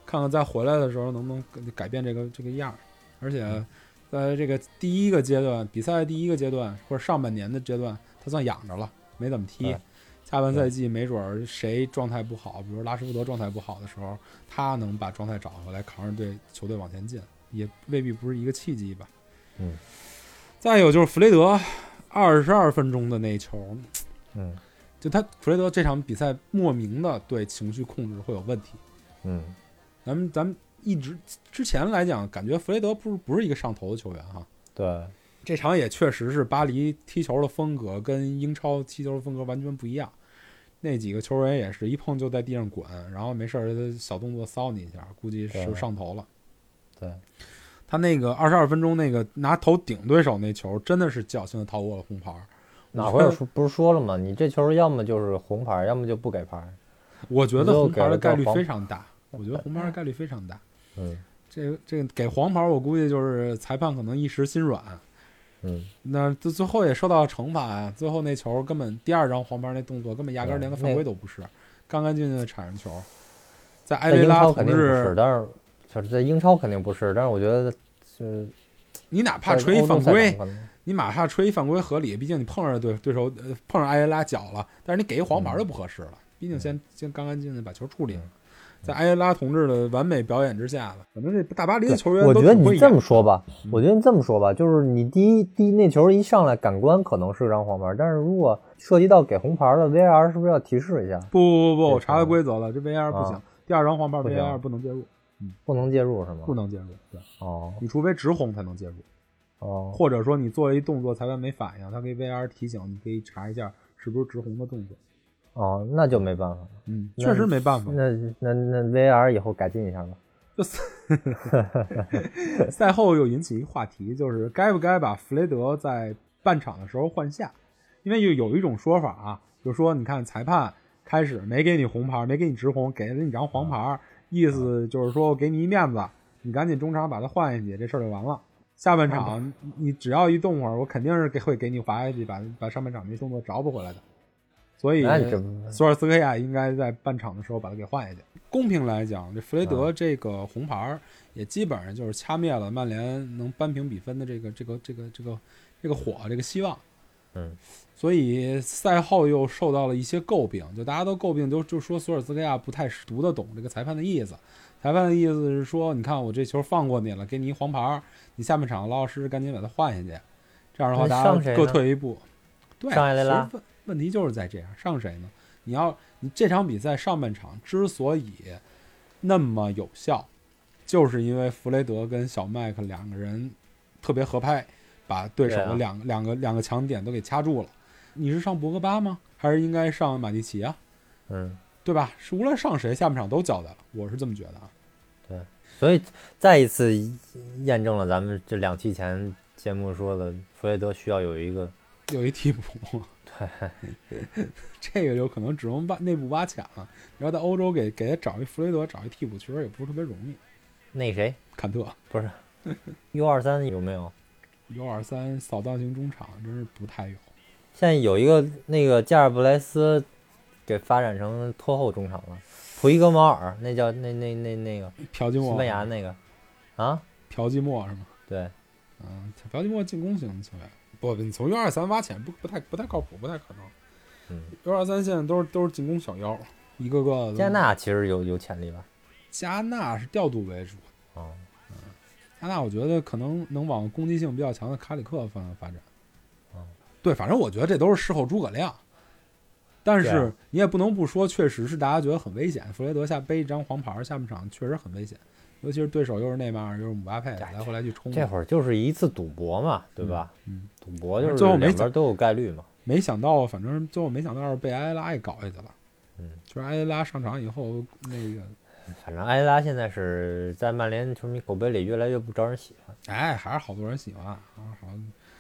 Speaker 1: 看看再回来的时候能不能改改变这个这个样儿。而
Speaker 2: 嗯
Speaker 1: 且在这个第一个阶段，比赛的第一个阶段或者上半年的阶段，他算养着了，没怎么踢
Speaker 2: 对。
Speaker 1: 下半赛季没准儿谁状态不好，比如拉什福德状态不好的时候，他能把状态找回来，扛着队球队往前进，也未必不是一个契机吧。
Speaker 2: 嗯。
Speaker 1: 再有就是弗雷德，二十二分钟的那球，
Speaker 2: 嗯
Speaker 1: 就他弗雷德这场比赛莫名的对情绪控制会有问题。
Speaker 2: 嗯
Speaker 1: 咱们咱们一直之前来讲，感觉弗雷德不是不是一个上头的球员哈。
Speaker 2: 对，
Speaker 1: 这场也确实是巴黎踢球的风格跟英超踢球的风格完全不一样。那几个球员也是一碰就在地上滚，然后没事儿他小动作骚你一下，估计是
Speaker 2: 对
Speaker 1: 上头了。
Speaker 2: 对，
Speaker 1: 他那个二十二分钟那个拿头顶对手那球，真的是侥幸的逃过了红牌。
Speaker 2: 哪
Speaker 1: 我
Speaker 2: 回
Speaker 1: 觉
Speaker 2: 我
Speaker 1: 得
Speaker 2: 说不是说了吗？你这球要么就是红牌，要么就不给牌。
Speaker 1: 我觉得红牌的概率
Speaker 2: 你就给了个黄
Speaker 1: 非常大，我觉得红牌的概率非常大。
Speaker 2: 嗯
Speaker 1: 这个这个给黄牌，我估计就是裁判可能一时心软，
Speaker 2: 嗯，
Speaker 1: 那最最后也受到了惩罚啊。最后那球根本第二张黄牌那动作根本压根儿连个犯规都不是，干干净净的铲上球。在埃
Speaker 2: 在
Speaker 1: 维
Speaker 2: 英
Speaker 1: 拉
Speaker 2: 超肯
Speaker 1: 同
Speaker 2: 定不是，
Speaker 1: 志，
Speaker 2: 但是就是在英超肯定不是，但是我觉得就是
Speaker 1: 你哪怕
Speaker 2: 在
Speaker 1: 吹一
Speaker 2: 欧洲
Speaker 1: 犯
Speaker 2: 赛
Speaker 1: 规
Speaker 2: 场，可能
Speaker 1: 你哪怕吹一犯规合理，毕竟你碰上对对手呃碰上埃维拉脚了，但是你给一黄牌就不合适了。毕竟先先干干净净把球处理了
Speaker 2: 嗯。
Speaker 1: 在埃维拉同志的完美表演之下吧，反正这大巴黎的球员
Speaker 2: 我
Speaker 1: 都
Speaker 2: 觉得
Speaker 1: 挺会演
Speaker 2: 你这么说吧，
Speaker 1: 嗯
Speaker 2: 我觉得你这么说吧，就是你第一第一那球一上来感官可能是张黄牌，但是如果涉及到给红牌了，VAR 是不是要提示一下？
Speaker 1: 不不不，
Speaker 2: 这
Speaker 1: 我查了
Speaker 2: 场
Speaker 1: 规则了，这 VAR 不行，
Speaker 2: 啊
Speaker 1: 第二张黄牌
Speaker 2: 不行
Speaker 1: VAR 不能介入，
Speaker 2: 不能介入是吗？
Speaker 1: 不能介入，对，
Speaker 2: 哦
Speaker 1: 你除非直红才能介入，
Speaker 2: 哦，
Speaker 1: 或者说你做了一动作裁判没反应，他给 VAR 提醒，你可以查一下是不是直红的动作。
Speaker 2: 哦，那就没办法了。
Speaker 1: 嗯，
Speaker 2: 那
Speaker 1: 确实没办法，
Speaker 2: 那那那 VR 以后改进一下吧。
Speaker 1: 就赛 赛后又引起一话题，就是该不该把弗雷德在半场的时候换下？因为有有一种说法啊，就说你看裁判开始没给你红牌，没给你直红，给了你张黄牌，意思就是说我给你一面子，你赶紧中场把他换下去，这事儿就完了。下半场你只要一动会儿，我肯定是给会给你罚下去，把把上半场那动作找补回来的。所以
Speaker 2: 那你这
Speaker 1: 索尔斯克亚应该在半场的时候把他给换下去。嗯公平来讲，这弗雷德这个红牌儿也基本上就是掐灭了曼联能扳平比分的这个这个这个这个这个火这个希望。
Speaker 2: 嗯，
Speaker 1: 所以赛后又受到了一些诟病，就大家都诟病，就就说索尔斯克亚不太读得懂这个裁判的意思。裁判的意思是说，你看我这球放过你了，给你一黄牌儿，你下半场老老实实赶紧把它换下去。这样的话，
Speaker 2: 那
Speaker 1: 大
Speaker 2: 上
Speaker 1: 家
Speaker 2: 谁
Speaker 1: 各
Speaker 2: 呢
Speaker 1: 退一步。对，
Speaker 2: 上埃雷拉
Speaker 1: 其实问问题就是在这样，上谁呢？你要你这场比赛上半场之所以那么有效，就是因为弗雷德跟小麦克两个人特别合拍，把对手
Speaker 2: 对
Speaker 1: 的两
Speaker 2: 啊
Speaker 1: 个、两个两个强点都给掐住了。你是上博格巴吗？还是应该上马蒂奇啊？
Speaker 2: 嗯，
Speaker 1: 对吧？是无论上谁，下半场都交代了，我是这么觉得啊。
Speaker 2: 所以再一次验证了咱们这两期前节目说的，弗雷德需要有一个
Speaker 1: 有一替 补，这个有可能只能挖内部挖潜了。你要在欧洲给给他找一弗雷德找一替补，其实也不是特别容易。
Speaker 2: 那谁
Speaker 1: 坎特
Speaker 2: U 二三有没有？
Speaker 1: 有二三扫荡型中场真是不太有，
Speaker 2: 现在有一个那个加尔布莱斯给发展成拖后中场了，普伊格毛尔那叫那那那那个
Speaker 1: 朴基
Speaker 2: 西
Speaker 1: 莫
Speaker 2: 班牙那个啊，
Speaker 1: 朴基莫是吗？
Speaker 2: 对，
Speaker 1: 嗯，朴基莫进攻型球员，不，你从 U 二三挖潜不不太不太靠谱，不太可能。
Speaker 2: 嗯，
Speaker 1: U 二三现在都是都是进攻小妖，一个个
Speaker 2: 加
Speaker 1: 纳
Speaker 2: 纳其实有有潜力吧？
Speaker 1: 加纳是调度为主，
Speaker 2: 哦，
Speaker 1: 加纳我觉得可能能往攻击性比较强的卡里克方向发展。
Speaker 2: 哦
Speaker 1: 对，反正我觉得这都是事后诸葛亮。但
Speaker 2: 对
Speaker 1: 是
Speaker 2: 啊
Speaker 1: 你也不能不说，确实是大家觉得很危险。弗雷德下背一张黄牌，下半场确实很危险，尤其是对手又是内马尔又是姆巴佩，
Speaker 2: 哎
Speaker 1: 来回来去冲。
Speaker 2: 这会儿就是一次赌博嘛，对吧？
Speaker 1: 嗯
Speaker 2: 赌博就是
Speaker 1: 最后没
Speaker 2: 两
Speaker 1: 走
Speaker 2: 边都有概率嘛。
Speaker 1: 没想到，反正最后没想到是被埃拉给搞下去了。
Speaker 2: 嗯，
Speaker 1: 就是埃拉上场以后，那个
Speaker 2: 反正埃拉现在是在曼联球迷口碑里越来越不招人喜欢，
Speaker 1: 哎，还是好多人喜欢，还是好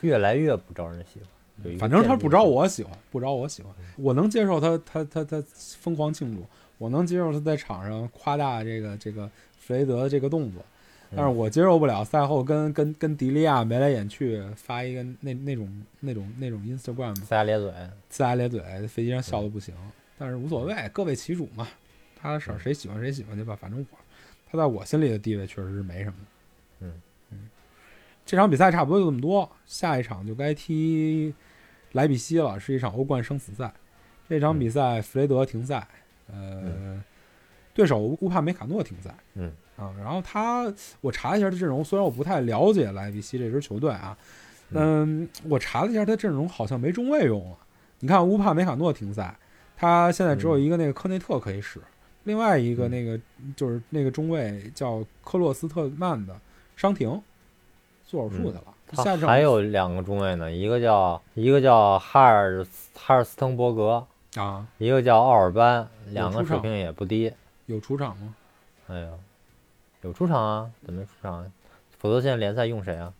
Speaker 2: 越来越不招人喜欢。有一个啊
Speaker 1: 反正
Speaker 2: 渐
Speaker 1: 他
Speaker 2: 进
Speaker 1: 不
Speaker 2: 的
Speaker 1: 招我喜欢，不招我喜
Speaker 2: 嗯
Speaker 1: 欢，我能接受他他他他疯狂庆祝，我能接受他在场上夸大这个这个弗雷德的这个动作，
Speaker 2: 嗯
Speaker 1: 但是我接受不了赛后跟跟跟迪利亚眉来眼去发一个那那种那种那种 Instagram
Speaker 2: 呲牙咧嘴，
Speaker 1: 呲牙咧嘴，飞机上笑的不行，但是无所谓，各为其主嘛，他的事
Speaker 2: 嗯
Speaker 1: 儿谁喜欢谁喜欢去吧，反正我他在我心里的地位确实是没什么的。
Speaker 2: 嗯
Speaker 1: 嗯这场比赛差不多就这么多，下一场就该踢莱比锡了，是一场欧冠生死赛。这
Speaker 2: 嗯
Speaker 1: 场比赛弗雷德停赛，呃，对手乌帕梅卡诺停赛。
Speaker 2: 嗯
Speaker 1: 啊，然后他我查了一下他阵容，虽然我不太了解莱比锡这支球队啊，嗯，我查了一下他阵容好像没中卫用了。你看乌帕梅卡诺停赛，他现在只有一个那个科内特可以使，另外一个
Speaker 2: 嗯
Speaker 1: 那个就是那个中卫叫科洛斯特曼的伤停，做手术去了。
Speaker 2: 嗯他
Speaker 1: 下场
Speaker 2: 还有两个中卫呢，一个叫一个叫哈尔哈尔斯滕伯格，
Speaker 1: 啊，
Speaker 2: 一个叫奥尔班，两
Speaker 1: 有
Speaker 2: 个
Speaker 1: 出场
Speaker 2: 水平也不低。
Speaker 1: 有出场吗？
Speaker 2: 哎呦，有出场啊？怎么没出场、啊？否则现在联赛用谁啊？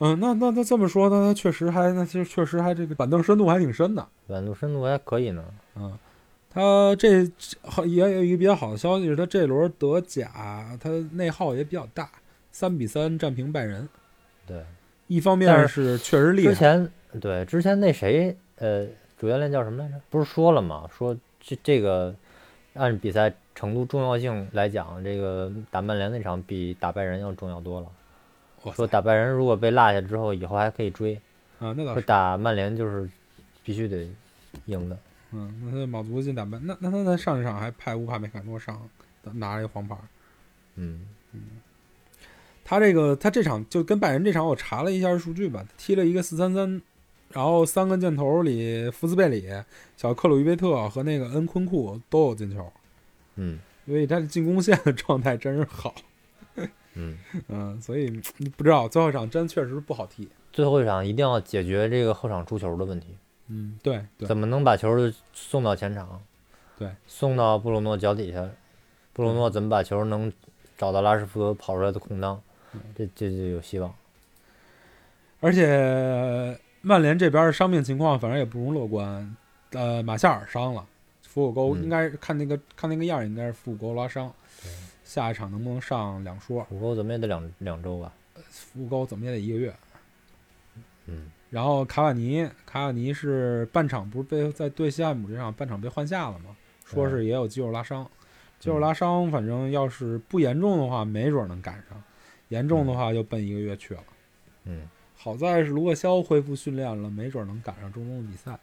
Speaker 1: 嗯，那那那这么说，那他确实还那确确实还这个板凳深度还挺深的。
Speaker 2: 晚路深度还可以呢。
Speaker 1: 嗯，他这好也有一个比较好的消息是，他这轮德甲他内耗也比较大，三比三战平拜仁。
Speaker 2: 对，
Speaker 1: 一方面
Speaker 2: 但
Speaker 1: 是确实厉
Speaker 2: 之
Speaker 1: 害，
Speaker 2: 前对之前那谁呃主教练叫什么来着？不是说了吗？说这这个按比赛程度重要性来讲，这个打曼联那场比打拜仁要重要多了。
Speaker 1: 我
Speaker 2: 说打拜仁如果被落下之后，以后还可以追。
Speaker 1: 啊，那倒
Speaker 2: 说
Speaker 1: 是，
Speaker 2: 打曼联就是必须得赢的。
Speaker 1: 嗯，那他卯足劲打扮，那那他在上一场还派乌帕梅卡诺上拿了一黄牌，
Speaker 2: 嗯，
Speaker 1: 他这个他这场就跟拜仁这场，我查了一下数据吧，踢了一个四三三，然后三个箭头里，福斯贝里、小克鲁伊维特和那个恩昆库都有进球，
Speaker 2: 嗯
Speaker 1: 所以他的进攻线的状态真是好，
Speaker 2: 嗯，
Speaker 1: 嗯，所以嗯不知道最后一场真确实不好踢，
Speaker 2: 最后一场一定要解决这个后场出球的问题，
Speaker 1: 嗯，对对
Speaker 2: 怎么能把球送到前场？
Speaker 1: 对，
Speaker 2: 送到布鲁诺脚底下，布鲁诺怎么把球能找到拉什福德跑出来的空当
Speaker 1: 嗯？
Speaker 2: 这这就有希望。
Speaker 1: 而且曼联这边伤病情况反正也不容乐观，呃，马夏尔伤了，腹股沟
Speaker 2: 嗯
Speaker 1: 应该看那个、看那个样儿，应该是腹股沟拉伤
Speaker 2: 对，
Speaker 1: 下一场能不能上两说？
Speaker 2: 五沟怎么也得两两周吧？
Speaker 1: 腹股沟怎么也得一个月。
Speaker 2: 嗯，
Speaker 1: 然后卡瓦尼，卡瓦尼是半场不是被在对西汉姆这场半场被换下了吗？说是也有肌肉拉伤，肌
Speaker 2: 嗯
Speaker 1: 肉拉伤反正要是不严重的话，没准能赶上；严重的话就奔一个月去了。
Speaker 2: 嗯
Speaker 1: 好在是卢克肖恢复训练了，没准能赶上周中的比赛。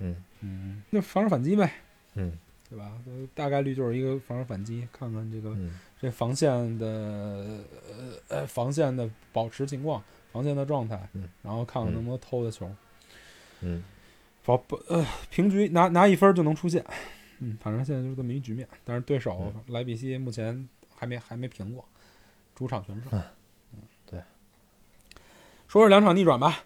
Speaker 2: 嗯
Speaker 1: 嗯，就防守反击呗，
Speaker 2: 嗯
Speaker 1: 对吧？呃大概率就是一个防守反击，看看这个、
Speaker 2: 嗯
Speaker 1: 这防线的呃呃防线的保持情况，防线的状态，
Speaker 2: 嗯
Speaker 1: 然后看看
Speaker 2: 嗯
Speaker 1: 能不能偷的球，
Speaker 2: 嗯，
Speaker 1: 保不呃平局拿拿一分就能出线。嗯，反正现在就是这么一局面。但是对手、莱比锡目前还没还没平过，主场全胜。嗯，
Speaker 2: 对。
Speaker 1: 说说两场逆转吧。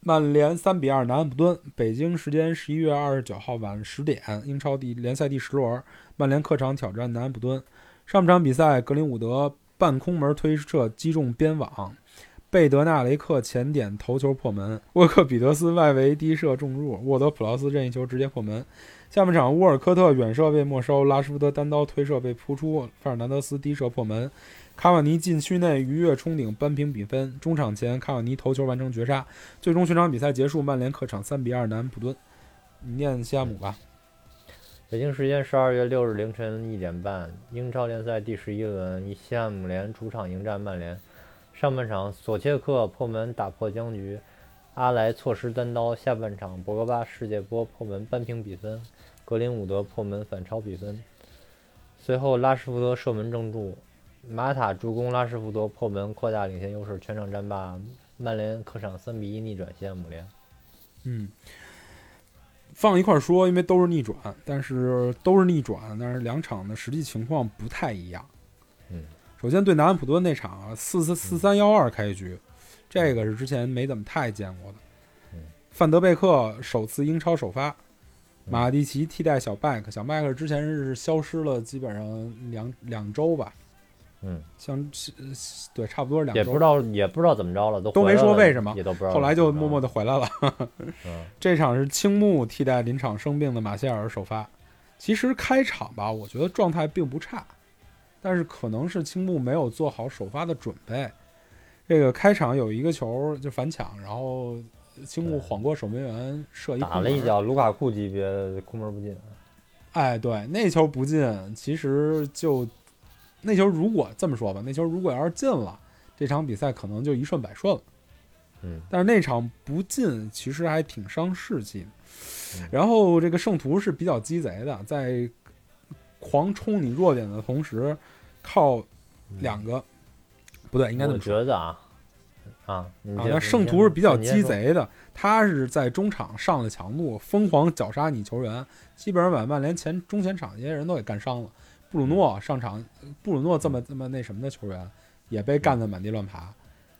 Speaker 1: 曼联三比二南安普敦，北京时间十一月二十九号晚十点，英超第联赛第十轮，曼联客场挑战南安普敦。上半场比赛，格林伍德半空门推射击中边网，贝德纳雷克前点头球破门，沃克彼得斯外围低射中入，沃德普劳斯任意球直接破门。下半场，沃尔科特远射被没收，拉什福德单刀推射被扑出，费尔南德斯低射破门，卡瓦尼禁区内鱼跃冲顶扳平比分。中场前，卡瓦尼头球完成绝杀。最终全场比赛结束，曼联客场三比二南安普敦。你念西汉姆吧。
Speaker 2: 北京时间十二月六日凌晨一点半，英超联赛第十一轮，西汉姆联主场迎战曼联。上半场，索切克破门打破僵局，阿莱错失单刀。下半场，博格巴世界波破门扳平比分，格林伍德破门反超比分。随后，拉什福德射门正中，马塔助攻拉什福德破门扩大领先优势，全场战罢。曼联客场三比一逆转西汉姆联。
Speaker 1: 嗯，放一块儿说，因为都是逆转，但是都是逆转，但是两场的实际情况不太一样。
Speaker 2: 嗯，
Speaker 1: 首先对南安普敦那场啊，四四四三幺二开局，这个是之前没怎么太见过的
Speaker 2: 嗯。
Speaker 1: 范德贝克首次英超首发，
Speaker 2: 嗯
Speaker 1: 马蒂奇替代小麦克，小麦克之前是消失了基本上两两周吧，
Speaker 2: 嗯，
Speaker 1: 像呃对差不多是两
Speaker 2: 也
Speaker 1: 周，
Speaker 2: 不知道也不知道怎么着了，都
Speaker 1: 都
Speaker 2: 回来
Speaker 1: 没说
Speaker 2: 了
Speaker 1: 为什么
Speaker 2: 也都不知道。
Speaker 1: 后来就默默。的回来了。
Speaker 2: 嗯
Speaker 1: 这场是青木替代临场生病的马歇尔首发。其实开场吧，我觉得状态并不差，但是可能是青木没有做好首发的准备。这个开场有一个球就反抢，然后青木晃过守门员射一
Speaker 2: 打
Speaker 1: 空
Speaker 2: 了一
Speaker 1: 门，
Speaker 2: 脚卢卡库级别的空门不进。
Speaker 1: 哎，对，那球不进，其实就那球如果这么说吧，那球如果要是进了，这场比赛可能就一顺百顺了。
Speaker 2: 嗯
Speaker 1: 但是那场不进，其实还挺伤士气的
Speaker 2: 嗯。
Speaker 1: 然后这个圣徒是比较鸡贼的，在狂冲你弱点的同时，靠两
Speaker 2: 嗯
Speaker 1: 个、不对，应该这
Speaker 2: 我
Speaker 1: 么说
Speaker 2: 觉得啊啊，你
Speaker 1: 啊。
Speaker 2: 先
Speaker 1: 那
Speaker 2: 你
Speaker 1: 圣
Speaker 2: 先
Speaker 1: 徒是
Speaker 2: 说
Speaker 1: 比较
Speaker 2: 你先
Speaker 1: 鸡
Speaker 2: 说
Speaker 1: 贼的，他是在中场上了强度，疯狂绞杀你球员，基本上把曼联前中前场这些人都给干伤了。布鲁
Speaker 2: 嗯
Speaker 1: 诺上场，布鲁诺这么这么那什么的球员也被干得满地乱爬，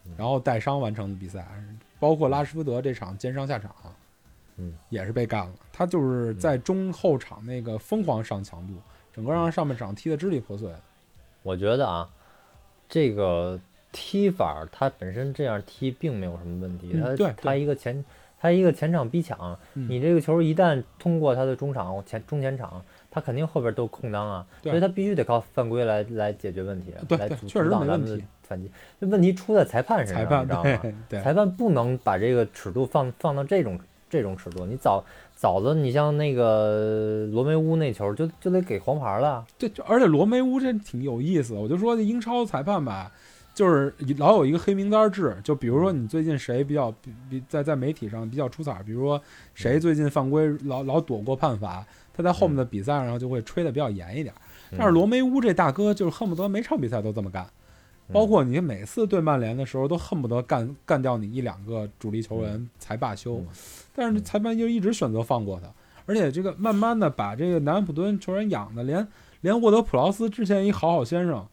Speaker 2: 嗯
Speaker 1: 然后带伤完成的比赛，包括拉什福德这场肩伤下场，
Speaker 2: 嗯，
Speaker 1: 也是被干了。他就是在中后场那个疯狂上强度，整个
Speaker 2: 嗯
Speaker 1: 让上半场踢得支离破碎。
Speaker 2: 我觉得啊，这个踢法儿它本身这样踢并没有什么问题，
Speaker 1: 嗯
Speaker 2: 它
Speaker 1: 对
Speaker 2: 它一个前它一个前场逼抢，
Speaker 1: 嗯
Speaker 2: 你这个球一旦通过他的中场前中前场，他肯定后边都有空当啊，
Speaker 1: 对
Speaker 2: 所以他必须得靠犯规来来解决问题，
Speaker 1: 对
Speaker 2: 来
Speaker 1: 对
Speaker 2: 阻
Speaker 1: 确实
Speaker 2: 阻挡
Speaker 1: 没
Speaker 2: 咱
Speaker 1: 问
Speaker 2: 们的
Speaker 1: 题
Speaker 2: 反击。这问题出在裁判身
Speaker 1: 裁
Speaker 2: 上，
Speaker 1: 判
Speaker 2: 你知道吗？
Speaker 1: 对对，
Speaker 2: 裁判不能把这个尺度放放到这种这种尺度，你早早的你像那个罗梅乌那球就就得给黄牌了，
Speaker 1: 对，就而且罗梅乌这挺有意思的，我就说英超裁判吧，就是老有一个黑名单制，就比如说你最近谁比较比比在在媒体上比较出彩儿，比如说谁最近犯规老老躲过判罚，他在后面的比赛上就会吹的比较严一点儿。
Speaker 2: 嗯
Speaker 1: 但是罗梅乌这大哥就是恨不得每场比赛都这么干，包
Speaker 2: 嗯
Speaker 1: 括你每次对曼联的时候都恨不得干干掉你一两个主力球员才罢休
Speaker 2: 嗯，
Speaker 1: 但是裁判就一直选择放过他，而且这个慢慢的把这个南安普敦球员养的连连沃德普劳斯之前一好好先生，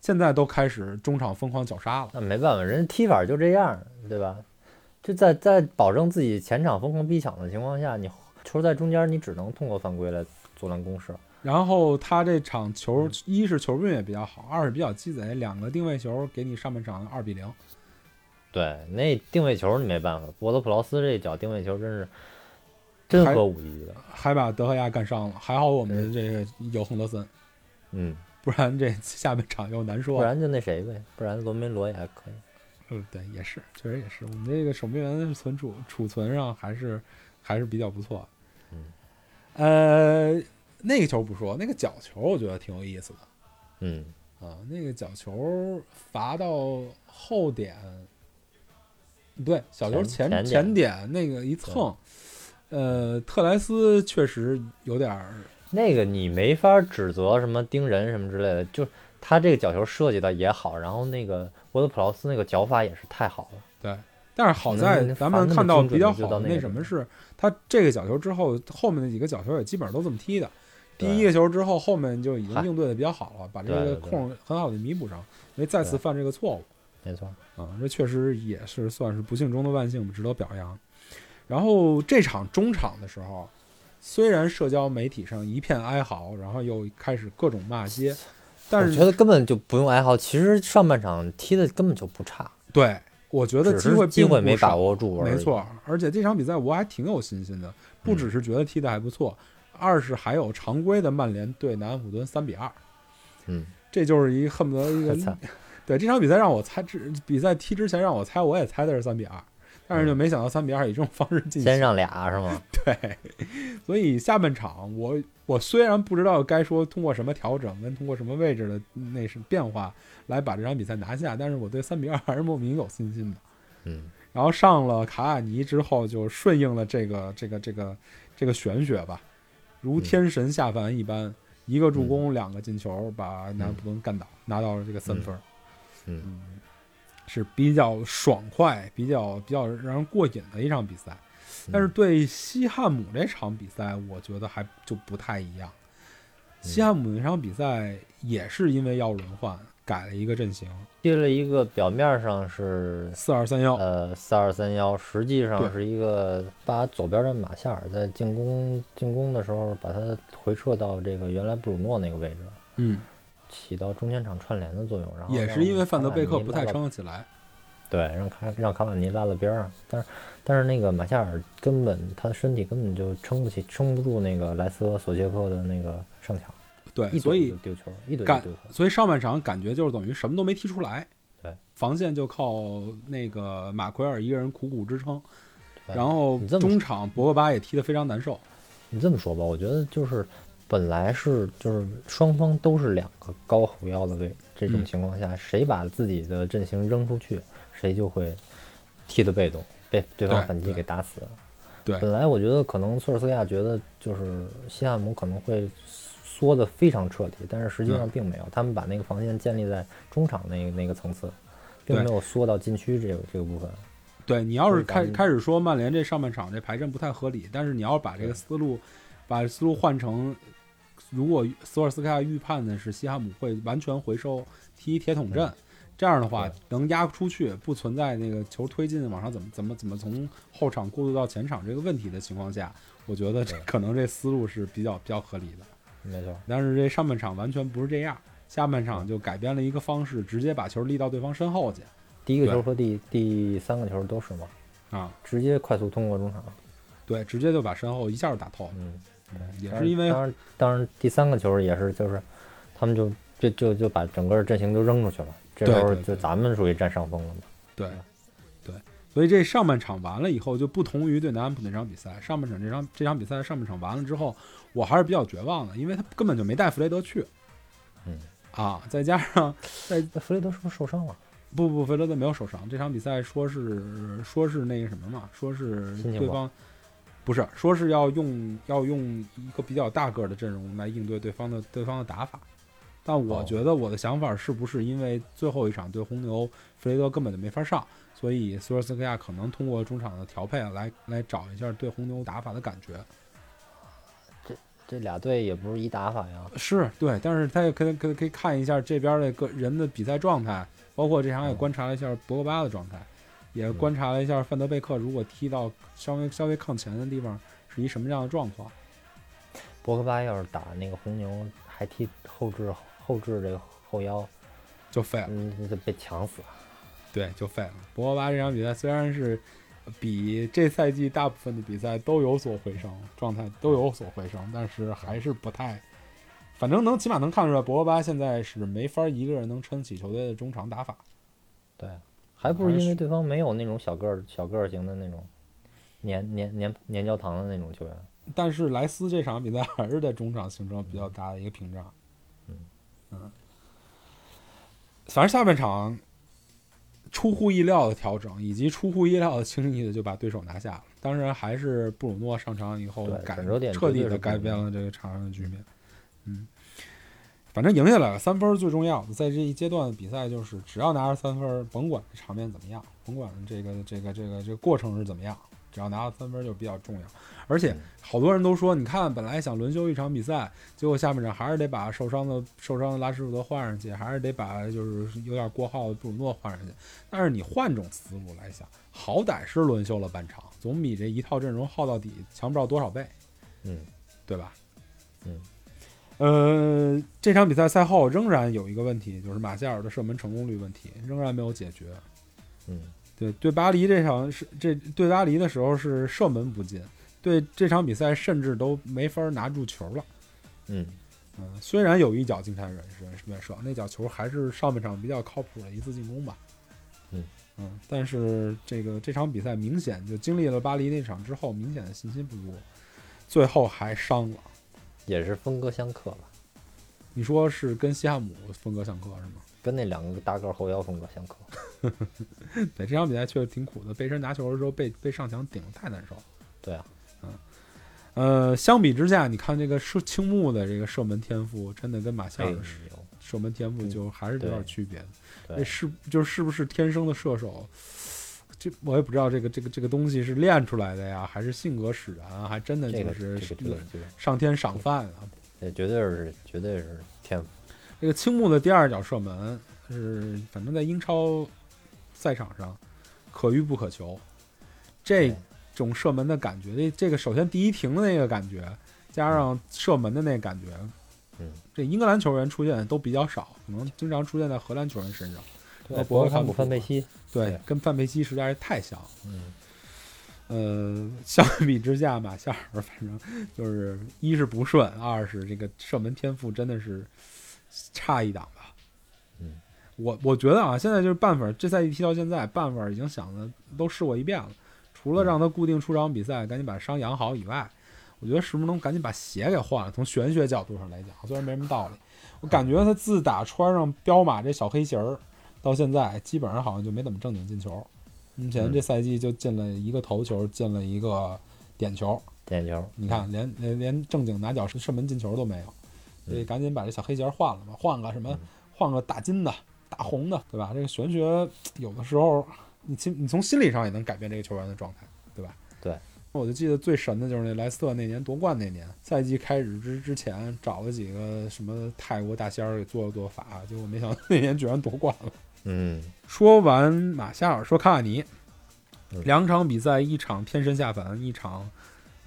Speaker 1: 现在都开始中场疯狂绞杀了。
Speaker 2: 那没办法，人家踢法就这样，对吧？就在在保证自己前场疯狂逼抢的情况下，你球在中间，你只能通过犯规来阻拦攻势。
Speaker 1: 然后他这场
Speaker 2: 嗯
Speaker 1: 球，一是球运也比较好，二是比较鸡贼，两个定位球给你上半场二比零。
Speaker 2: 对，那定位球你没办法，博德普劳斯这脚定位球真是真
Speaker 1: 还
Speaker 2: 合五一的。
Speaker 1: 还把德赫亚干伤了，还好我们这个有亨德森，
Speaker 2: 嗯，
Speaker 1: 不然这下半场又难说
Speaker 2: 不
Speaker 1: 了。
Speaker 2: 然就那谁呗，不然罗梅罗也还可以。
Speaker 1: 嗯，对，也是，确实也是，我们这个守门员的存储储存上还是还是比较不错。嗯，呃，那个球不说，那个角球我觉得挺有意思的。
Speaker 2: 嗯，
Speaker 1: 啊，那个角球罚到后点，不对，小球
Speaker 2: 前
Speaker 1: 前
Speaker 2: 前
Speaker 1: 点那个一蹭，呃，特莱斯确实有点儿，
Speaker 2: 那个你没法指责什么盯人什么之类的，就是他这个角球设计的也好，然后那个博德普劳斯那个脚法也是太好了。
Speaker 1: 但是好
Speaker 2: 嗯
Speaker 1: 在
Speaker 2: 那
Speaker 1: 咱
Speaker 2: 罚
Speaker 1: 们
Speaker 2: 那么
Speaker 1: 看到
Speaker 2: 精准
Speaker 1: 比较
Speaker 2: 就
Speaker 1: 好
Speaker 2: 到
Speaker 1: 的
Speaker 2: 那个
Speaker 1: 什么
Speaker 2: 地方
Speaker 1: 是，他这个角球之后，后面那几个角球也基本上都这么踢的。第
Speaker 2: 对
Speaker 1: 一个球之后，后面就已经
Speaker 2: 嗨
Speaker 1: 应对的比较好了，把这
Speaker 2: 对
Speaker 1: 个
Speaker 2: 对对
Speaker 1: 空儿很好的弥补上，没再次
Speaker 2: 对
Speaker 1: 犯这个错误。
Speaker 2: 没错，
Speaker 1: 啊，这确实也是算是不幸中的万幸，值得表扬。然后这场中场的时候，虽然社交媒体上一片哀嚎，然后又开始各种骂街，但
Speaker 2: 我觉
Speaker 1: 是
Speaker 2: 得根本就不用哀嚎。其实上半场踢的根本就不差，
Speaker 1: 对我觉得
Speaker 2: 只
Speaker 1: 机
Speaker 2: 是
Speaker 1: 会
Speaker 2: 机
Speaker 1: 并
Speaker 2: 会
Speaker 1: 不
Speaker 2: 没
Speaker 1: 少
Speaker 2: 把握住而已。
Speaker 1: 没，错，而且这场比赛我还挺有信心的，不只是觉得踢得还不错，二是还有常规的曼联对南安普顿三比二，
Speaker 2: 嗯，
Speaker 1: 这就是一恨不得一
Speaker 2: 操
Speaker 1: 个。对这场比赛让我猜之比赛踢之前让我猜我也猜的是三比二，但是就没想到三比二以这种方式进行
Speaker 2: 先。上俩是吗？
Speaker 1: 对，所以下半场我我虽然不知道该说通过什么调整跟通过什么位置的那是变化来把这场比赛拿下，但是我对三比二还是莫名有信心的。
Speaker 2: 嗯，
Speaker 1: 然后上了卡瓦尼之后，就顺应了这个这个这个这个玄学吧，如天神下凡一般，一个助攻，两个进球，把南安普顿干倒，拿到了这个三分。
Speaker 2: 嗯
Speaker 1: 是比较爽快、比较比较让人过瘾的一场比赛。
Speaker 2: 嗯
Speaker 1: 但是对西汉姆这场比赛，我觉得还就不太一样。
Speaker 2: 嗯
Speaker 1: 西汉姆那场比赛也是因为要轮换，改了一个阵型，
Speaker 2: 踢了一个表面上是
Speaker 1: 四二三幺。
Speaker 2: 嗯呃四二三幺，实际
Speaker 1: 对
Speaker 2: 上是一个把左边的马夏尔在进攻进攻的时候把他回撤到这个原来布鲁诺那个位置，
Speaker 1: 嗯，
Speaker 2: 起到中间场串联的作用。然后
Speaker 1: 也是
Speaker 2: 让
Speaker 1: 因为范德贝克
Speaker 2: 卡瓦尼
Speaker 1: 不太
Speaker 2: 拉到
Speaker 1: 撑得起来。
Speaker 2: 对，让卡让卡瓦尼拉到边儿上，但是但是那个马夏尔根本他的身体根本就撑不起，撑不住那个莱斯和索切克的那个上抢，
Speaker 1: 对，哎
Speaker 2: 一
Speaker 1: 所
Speaker 2: 怼
Speaker 1: 以
Speaker 2: 就丢球，一怼
Speaker 1: 感
Speaker 2: 就丢球。
Speaker 1: 所以上半场感觉就是等于什么都没踢出来，
Speaker 2: 对，
Speaker 1: 防线就靠那个马奎尔一个人苦苦支撑，
Speaker 2: 对
Speaker 1: 然后
Speaker 2: 你这么
Speaker 1: 中场博格巴也踢得非常难受，
Speaker 2: 你这么说吧，我觉得就是本来是就是双方都是两个高后腰的位，这种
Speaker 1: 嗯
Speaker 2: 情况下，谁把自己的阵型扔出去，谁就会踢得被动，被对方
Speaker 1: 对
Speaker 2: 反击
Speaker 1: 对
Speaker 2: 给打死。
Speaker 1: 对
Speaker 2: 本来我觉得可能索尔斯克亚觉得就是西汉姆可能会缩得非常彻底，但是实际上
Speaker 1: 嗯
Speaker 2: 并没有，他们把那个防线建立在中场那个那个层次，并
Speaker 1: 对
Speaker 2: 没有缩到禁区这个这个部分。
Speaker 1: 对你要是
Speaker 2: 对咱
Speaker 1: 开
Speaker 2: 们
Speaker 1: 开始说曼联这上半场这排阵不太合理，但是你要把这个
Speaker 2: 对
Speaker 1: 思路，把思路换成，如果索尔斯克亚预判的是西汉姆会完全回收踢铁桶阵，这样的话
Speaker 2: 对
Speaker 1: 能压出去，不存在那个球推进往上怎么怎么怎么从后场过渡到前场这个问题的情况下，我觉得这
Speaker 2: 对
Speaker 1: 可能这思路是比较比较合理的。
Speaker 2: 没错，
Speaker 1: 但是这上半场完全不是这样，下半场就改变了一个方式，直接把球立到对方身后去
Speaker 2: 第一个
Speaker 1: 对
Speaker 2: 球和第第三个球都是嘛，
Speaker 1: 啊。
Speaker 2: 直接快速通过中场。
Speaker 1: 对，直接就把身后一下就打透了，
Speaker 2: 嗯，
Speaker 1: 也
Speaker 2: 当
Speaker 1: 是
Speaker 2: 然
Speaker 1: 因为
Speaker 2: 当然，当然第三个球也是，就是他们就就就就把整个阵型都扔出去了。这
Speaker 1: 对
Speaker 2: 时候
Speaker 1: 对
Speaker 2: 就
Speaker 1: 对
Speaker 2: 咱们属于占上风了嘛。
Speaker 1: 对，对，所以这上半场完了以后，就不同于对南安普顿这场比赛，上半场这场这场比赛上半场完了之后，我还是比较绝望的，因为他根本就没带弗雷德去，
Speaker 2: 嗯，
Speaker 1: 啊，再加上
Speaker 2: 哎那弗雷德是不是受伤了？
Speaker 1: 不不，弗雷德没有受伤，这场比赛说是说是那个什么嘛，说是
Speaker 2: 心情
Speaker 1: 对
Speaker 2: 不
Speaker 1: 方不是说是要用要用一个比较大个儿的阵容来应对对方的对方的打法。但我
Speaker 2: 哦
Speaker 1: 觉得我的想法是不是因为最后一场对红牛，弗雷德根本就没法上，所以索尔斯克亚可能通过中场的调配啊来来找一下对红牛打法的感觉。
Speaker 2: 这俩队也不是一打法呀。
Speaker 1: 是对，但是他也可以可以可以看一下这边的个人的比赛状态，包括这场也观察了一下博格巴的状态，也观察了一下范德贝克如果踢到稍微稍微靠前的地方是一什么样的状况。
Speaker 2: 博格巴要是打那个红牛，还踢后置后置这个后腰，
Speaker 1: 就废了，
Speaker 2: 嗯，那就被抢死了。
Speaker 1: 对，就废了。博格巴这场比赛虽然是比这赛季大部分的比赛都有所回升，状态都有所回升，但是还是不太，反正能起码能看出来，博格巴现在是没法一个人能撑起球队的中场打法。
Speaker 2: 对，还不是
Speaker 1: 还
Speaker 2: 因
Speaker 1: 是
Speaker 2: 为对方没有那种小个儿小个儿型的那种粘粘粘粘胶糖的那种球员。
Speaker 1: 但是莱斯这场比赛还是在中场形成比较大的一个屏障。
Speaker 2: 嗯
Speaker 1: 嗯反正下半场出乎意料的调整，以及出乎意料的轻易的就把对手拿下了。当然，还是布鲁诺上场以后
Speaker 2: 对
Speaker 1: 改
Speaker 2: 转折点
Speaker 1: 彻底
Speaker 2: 绝对
Speaker 1: 的
Speaker 2: 是
Speaker 1: 改
Speaker 2: 布鲁
Speaker 1: 变
Speaker 2: 诺
Speaker 1: 了这个场上的局面。嗯，反正赢下来了，三分儿最重要的。在这一阶段的比赛，就是只要拿着三分儿，甭管这场面怎么样，甭管这个这个这个这个过程是怎么样，只要拿到三分就比较重要。而且好多人都说，你看本来想轮休一场比赛，结果下半场还是得把受伤的受伤的拉什福德换上去，还是得把就是有点过号的布鲁诺换上去。但是你换种思路来想，好歹是轮休了半场，总比这一套阵容耗到底强不了多少倍，
Speaker 2: 嗯
Speaker 1: 对吧？
Speaker 2: 嗯，
Speaker 1: 呃，这场比赛赛后仍然有一个问题，就是马夏尔的射门成功率问题仍然没有解决。
Speaker 2: 嗯
Speaker 1: 对对，巴黎这场是这对巴黎的时候是射门不进，对这场比赛甚至都没法拿住球了。
Speaker 2: 嗯
Speaker 1: 嗯，虽然有一脚金泰远是远射，那脚球还是上半场比较靠谱的一次进攻吧。
Speaker 2: 嗯
Speaker 1: 嗯，但是这个这场比赛明显就经历了巴黎那场之后，明显的信心不足，最后还伤了。
Speaker 2: 也是分割相克吧，
Speaker 1: 你说是跟西汉姆风格相克是吗？
Speaker 2: 跟那两个大个后腰风格相克。
Speaker 1: 对，这场比赛确实挺苦的，背身拿球的时候被被上墙顶得太难受了。
Speaker 2: 对啊，
Speaker 1: 呃，相比之下，你看这个射青木的这个射门天赋，真的跟马夏
Speaker 2: 哎
Speaker 1: 尔
Speaker 2: 呦
Speaker 1: 的射射门天赋就还是有点区别的。那
Speaker 2: 对，
Speaker 1: 是就是是不是天生的射手？这我也不知道，这个这个这个东西是练出来的呀，还是性格使然啊？还真的
Speaker 2: 这
Speaker 1: 就
Speaker 2: 个
Speaker 1: 是
Speaker 2: 这个这个这个，
Speaker 1: 上天赏饭啊！
Speaker 2: 这绝对是绝对是天赋。
Speaker 1: 这个青木的第二脚射门是，反正在英超赛场上可遇不可求，这
Speaker 2: 对
Speaker 1: 种射门的感觉，这这个首先第一停的那个感觉，加上射门的那个感觉，
Speaker 2: 嗯，
Speaker 1: 这英格兰球员出现都比较少，可能经常出现在荷兰球员身上。
Speaker 2: 对，
Speaker 1: 博格
Speaker 2: 博格
Speaker 1: 坎
Speaker 2: 坎
Speaker 1: 普
Speaker 2: 普、范佩西，
Speaker 1: 对，
Speaker 2: 对
Speaker 1: 跟范佩西实在是太像了。
Speaker 2: 嗯，
Speaker 1: 呃，相比之下，马夏尔反正就是一是不顺，二是这个射门天赋真的是差一档吧。
Speaker 2: 嗯，
Speaker 1: 我我觉得啊，现在就是办法，这赛季踢到现在，办法已经想的都试过一遍了。除了让他固定出场比赛，赶紧把伤养好以外，我觉得是不是能赶紧把鞋给换了？从玄学角度上来讲，虽然没什么道理，我感觉他自打穿上彪马这小黑鞋儿到现在，基本上好像就没怎么正经进球。目前
Speaker 2: 嗯
Speaker 1: 这赛季就进了一个头球，进了一个点球。
Speaker 2: 点球，
Speaker 1: 你看，连连连正经拿脚射门进球都没有，所以赶紧把这小黑鞋换了吧，换个什么
Speaker 2: 嗯，
Speaker 1: 换个大金的、大红的，对吧？这个玄学有的时候，你心你从心理上也能改变这个球员的状态，对吧？
Speaker 2: 对。
Speaker 1: 我就记得最神的就是那莱斯特那年夺冠那年，赛季开始之之前找了几个什么泰国大仙儿给做了做法，结果没想到那年居然夺冠了。
Speaker 2: 嗯，
Speaker 1: 说完马夏尔，说卡瓦尼，
Speaker 2: 嗯
Speaker 1: 两场比赛，一场天神下凡，一场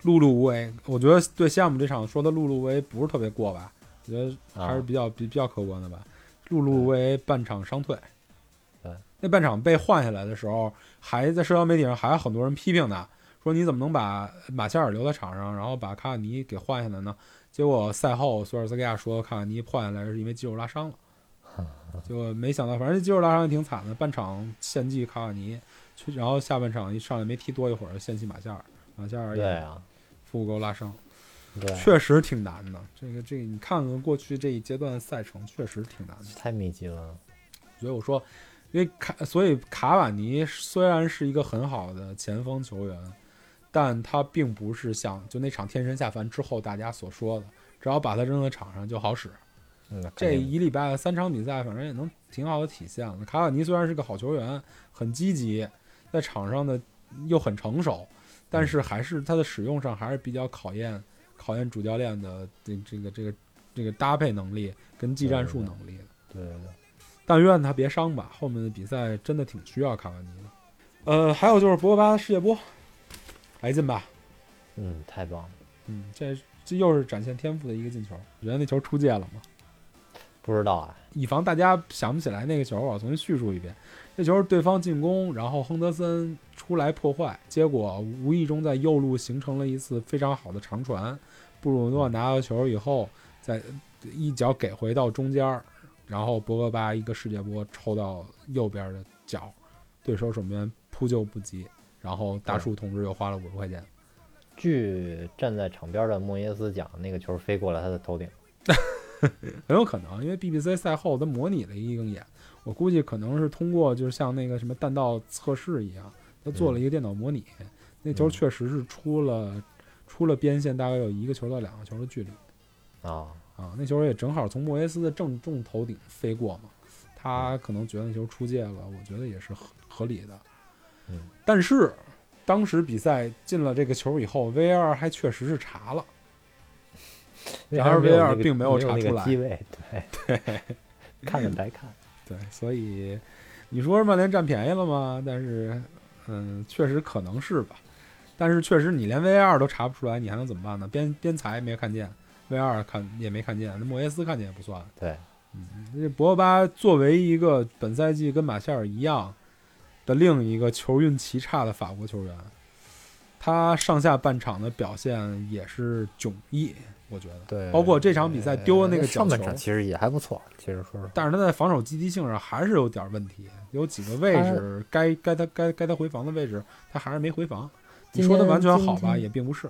Speaker 1: 碌碌无为。我觉得对西汉姆这场说的碌碌无为不是特别过吧，我觉得还是
Speaker 2: 啊
Speaker 1: 比较比比较客观的吧。碌碌无为半场伤退，
Speaker 2: 对，
Speaker 1: 那半场被换下来的时候，还在社交媒体上还有很多人批评他，说你怎么能把马夏尔留在场上，然后把卡瓦尼给换下来呢？结果赛后，索尔斯克亚说卡瓦尼换下来是因为肌肉拉伤 了。结果没想到，反正肌肉拉伤也挺惨的，半场献祭卡瓦尼，去然后下半场一上来没踢多一会儿，献祭马夏尔，马夏尔
Speaker 2: 对
Speaker 1: 也
Speaker 2: 啊，
Speaker 1: 腹股沟拉伤，
Speaker 2: 对啊，
Speaker 1: 确实挺难的。这个这个，你看看过去这一阶段的赛程，确实挺难的。
Speaker 2: 太密集了。
Speaker 1: 所以我说，因为卡，所以卡瓦尼虽然是一个很好的前锋球员，但他并不是像就那场天神下凡之后大家所说的，只要把他扔在场上就好使。
Speaker 2: 嗯，那肯
Speaker 1: 这
Speaker 2: 定
Speaker 1: 一礼拜三场比赛，反正也能挺好的体现了。卡瓦尼虽然是个好球员，很积极，在场上的又很成熟，但是还是他的使用上还是比较考验考验主教练的这这个这个这个搭配能力跟技战术能力的。
Speaker 2: 对对对，
Speaker 1: 但愿他别伤吧，后面的比赛真的挺需要卡瓦尼的。呃，还有就是博格巴的世界波，来劲吧，
Speaker 2: 嗯，太棒了。
Speaker 1: 嗯，这这又是展现天赋的一个进球。你觉得那球出界了吗？
Speaker 2: 不知道啊，
Speaker 1: 以防大家想不起来那个球，我重新叙述一遍。这球是对方进攻，然后亨德森出来破坏，结果无意中在右路形成了一次非常好的长传。布鲁诺拿到球以后，再一脚给回到中间儿，然后博格巴一个世界波抽到右边的脚，对手守门员扑救不及，然后大树同志又花了五十块钱。
Speaker 2: 据站在场边的莫耶斯讲，那个球飞过了他的头顶。
Speaker 1: 很有可能，因为 BBC 赛后它模拟了一个演，我估计可能是通过就是像那个什么弹道测试一样，他做了一个电脑模拟，那球确实是出了出了边线，大概有一个球到两个球的距离
Speaker 2: 啊，
Speaker 1: 啊，那球也正好从莫耶斯的正中头顶飞过嘛，他可能觉得那球出界了，我觉得也是合合理的
Speaker 2: 嗯，
Speaker 1: 但是当时比赛进了这个球以后，VR 还确实是查了，然而
Speaker 2: 没有那
Speaker 1: VR
Speaker 2: 个
Speaker 1: 并没有查
Speaker 2: 那
Speaker 1: 出
Speaker 2: 个
Speaker 1: 来
Speaker 2: 机位，对 对，看了白看。
Speaker 1: 对，所以你说曼联占便宜了吗？但是，嗯，确实可能是吧。但是确实，你连 VR 都查不出来，你还能怎么办呢？边边裁没看见，VR 看也没看见，那莫耶斯看见也不算。
Speaker 2: 对，
Speaker 1: 这博格巴作为一个本赛季跟马夏尔一样的另一个球运奇差的法国球员，他上下半场的表现也是迥异，我觉得。
Speaker 2: 对，
Speaker 1: 包括这场比赛丢的那个角
Speaker 2: 上半
Speaker 1: 球
Speaker 2: 场其实也还不错，其实说实话，
Speaker 1: 但是他在防守积极性上还是有点问题，有几个位
Speaker 2: 呃
Speaker 1: 置该该他该该他回防的位置，他还是没回防。你
Speaker 2: 今
Speaker 1: 说他
Speaker 2: 天
Speaker 1: 完全
Speaker 2: 今
Speaker 1: 好吧，
Speaker 2: 天
Speaker 1: 也并不是。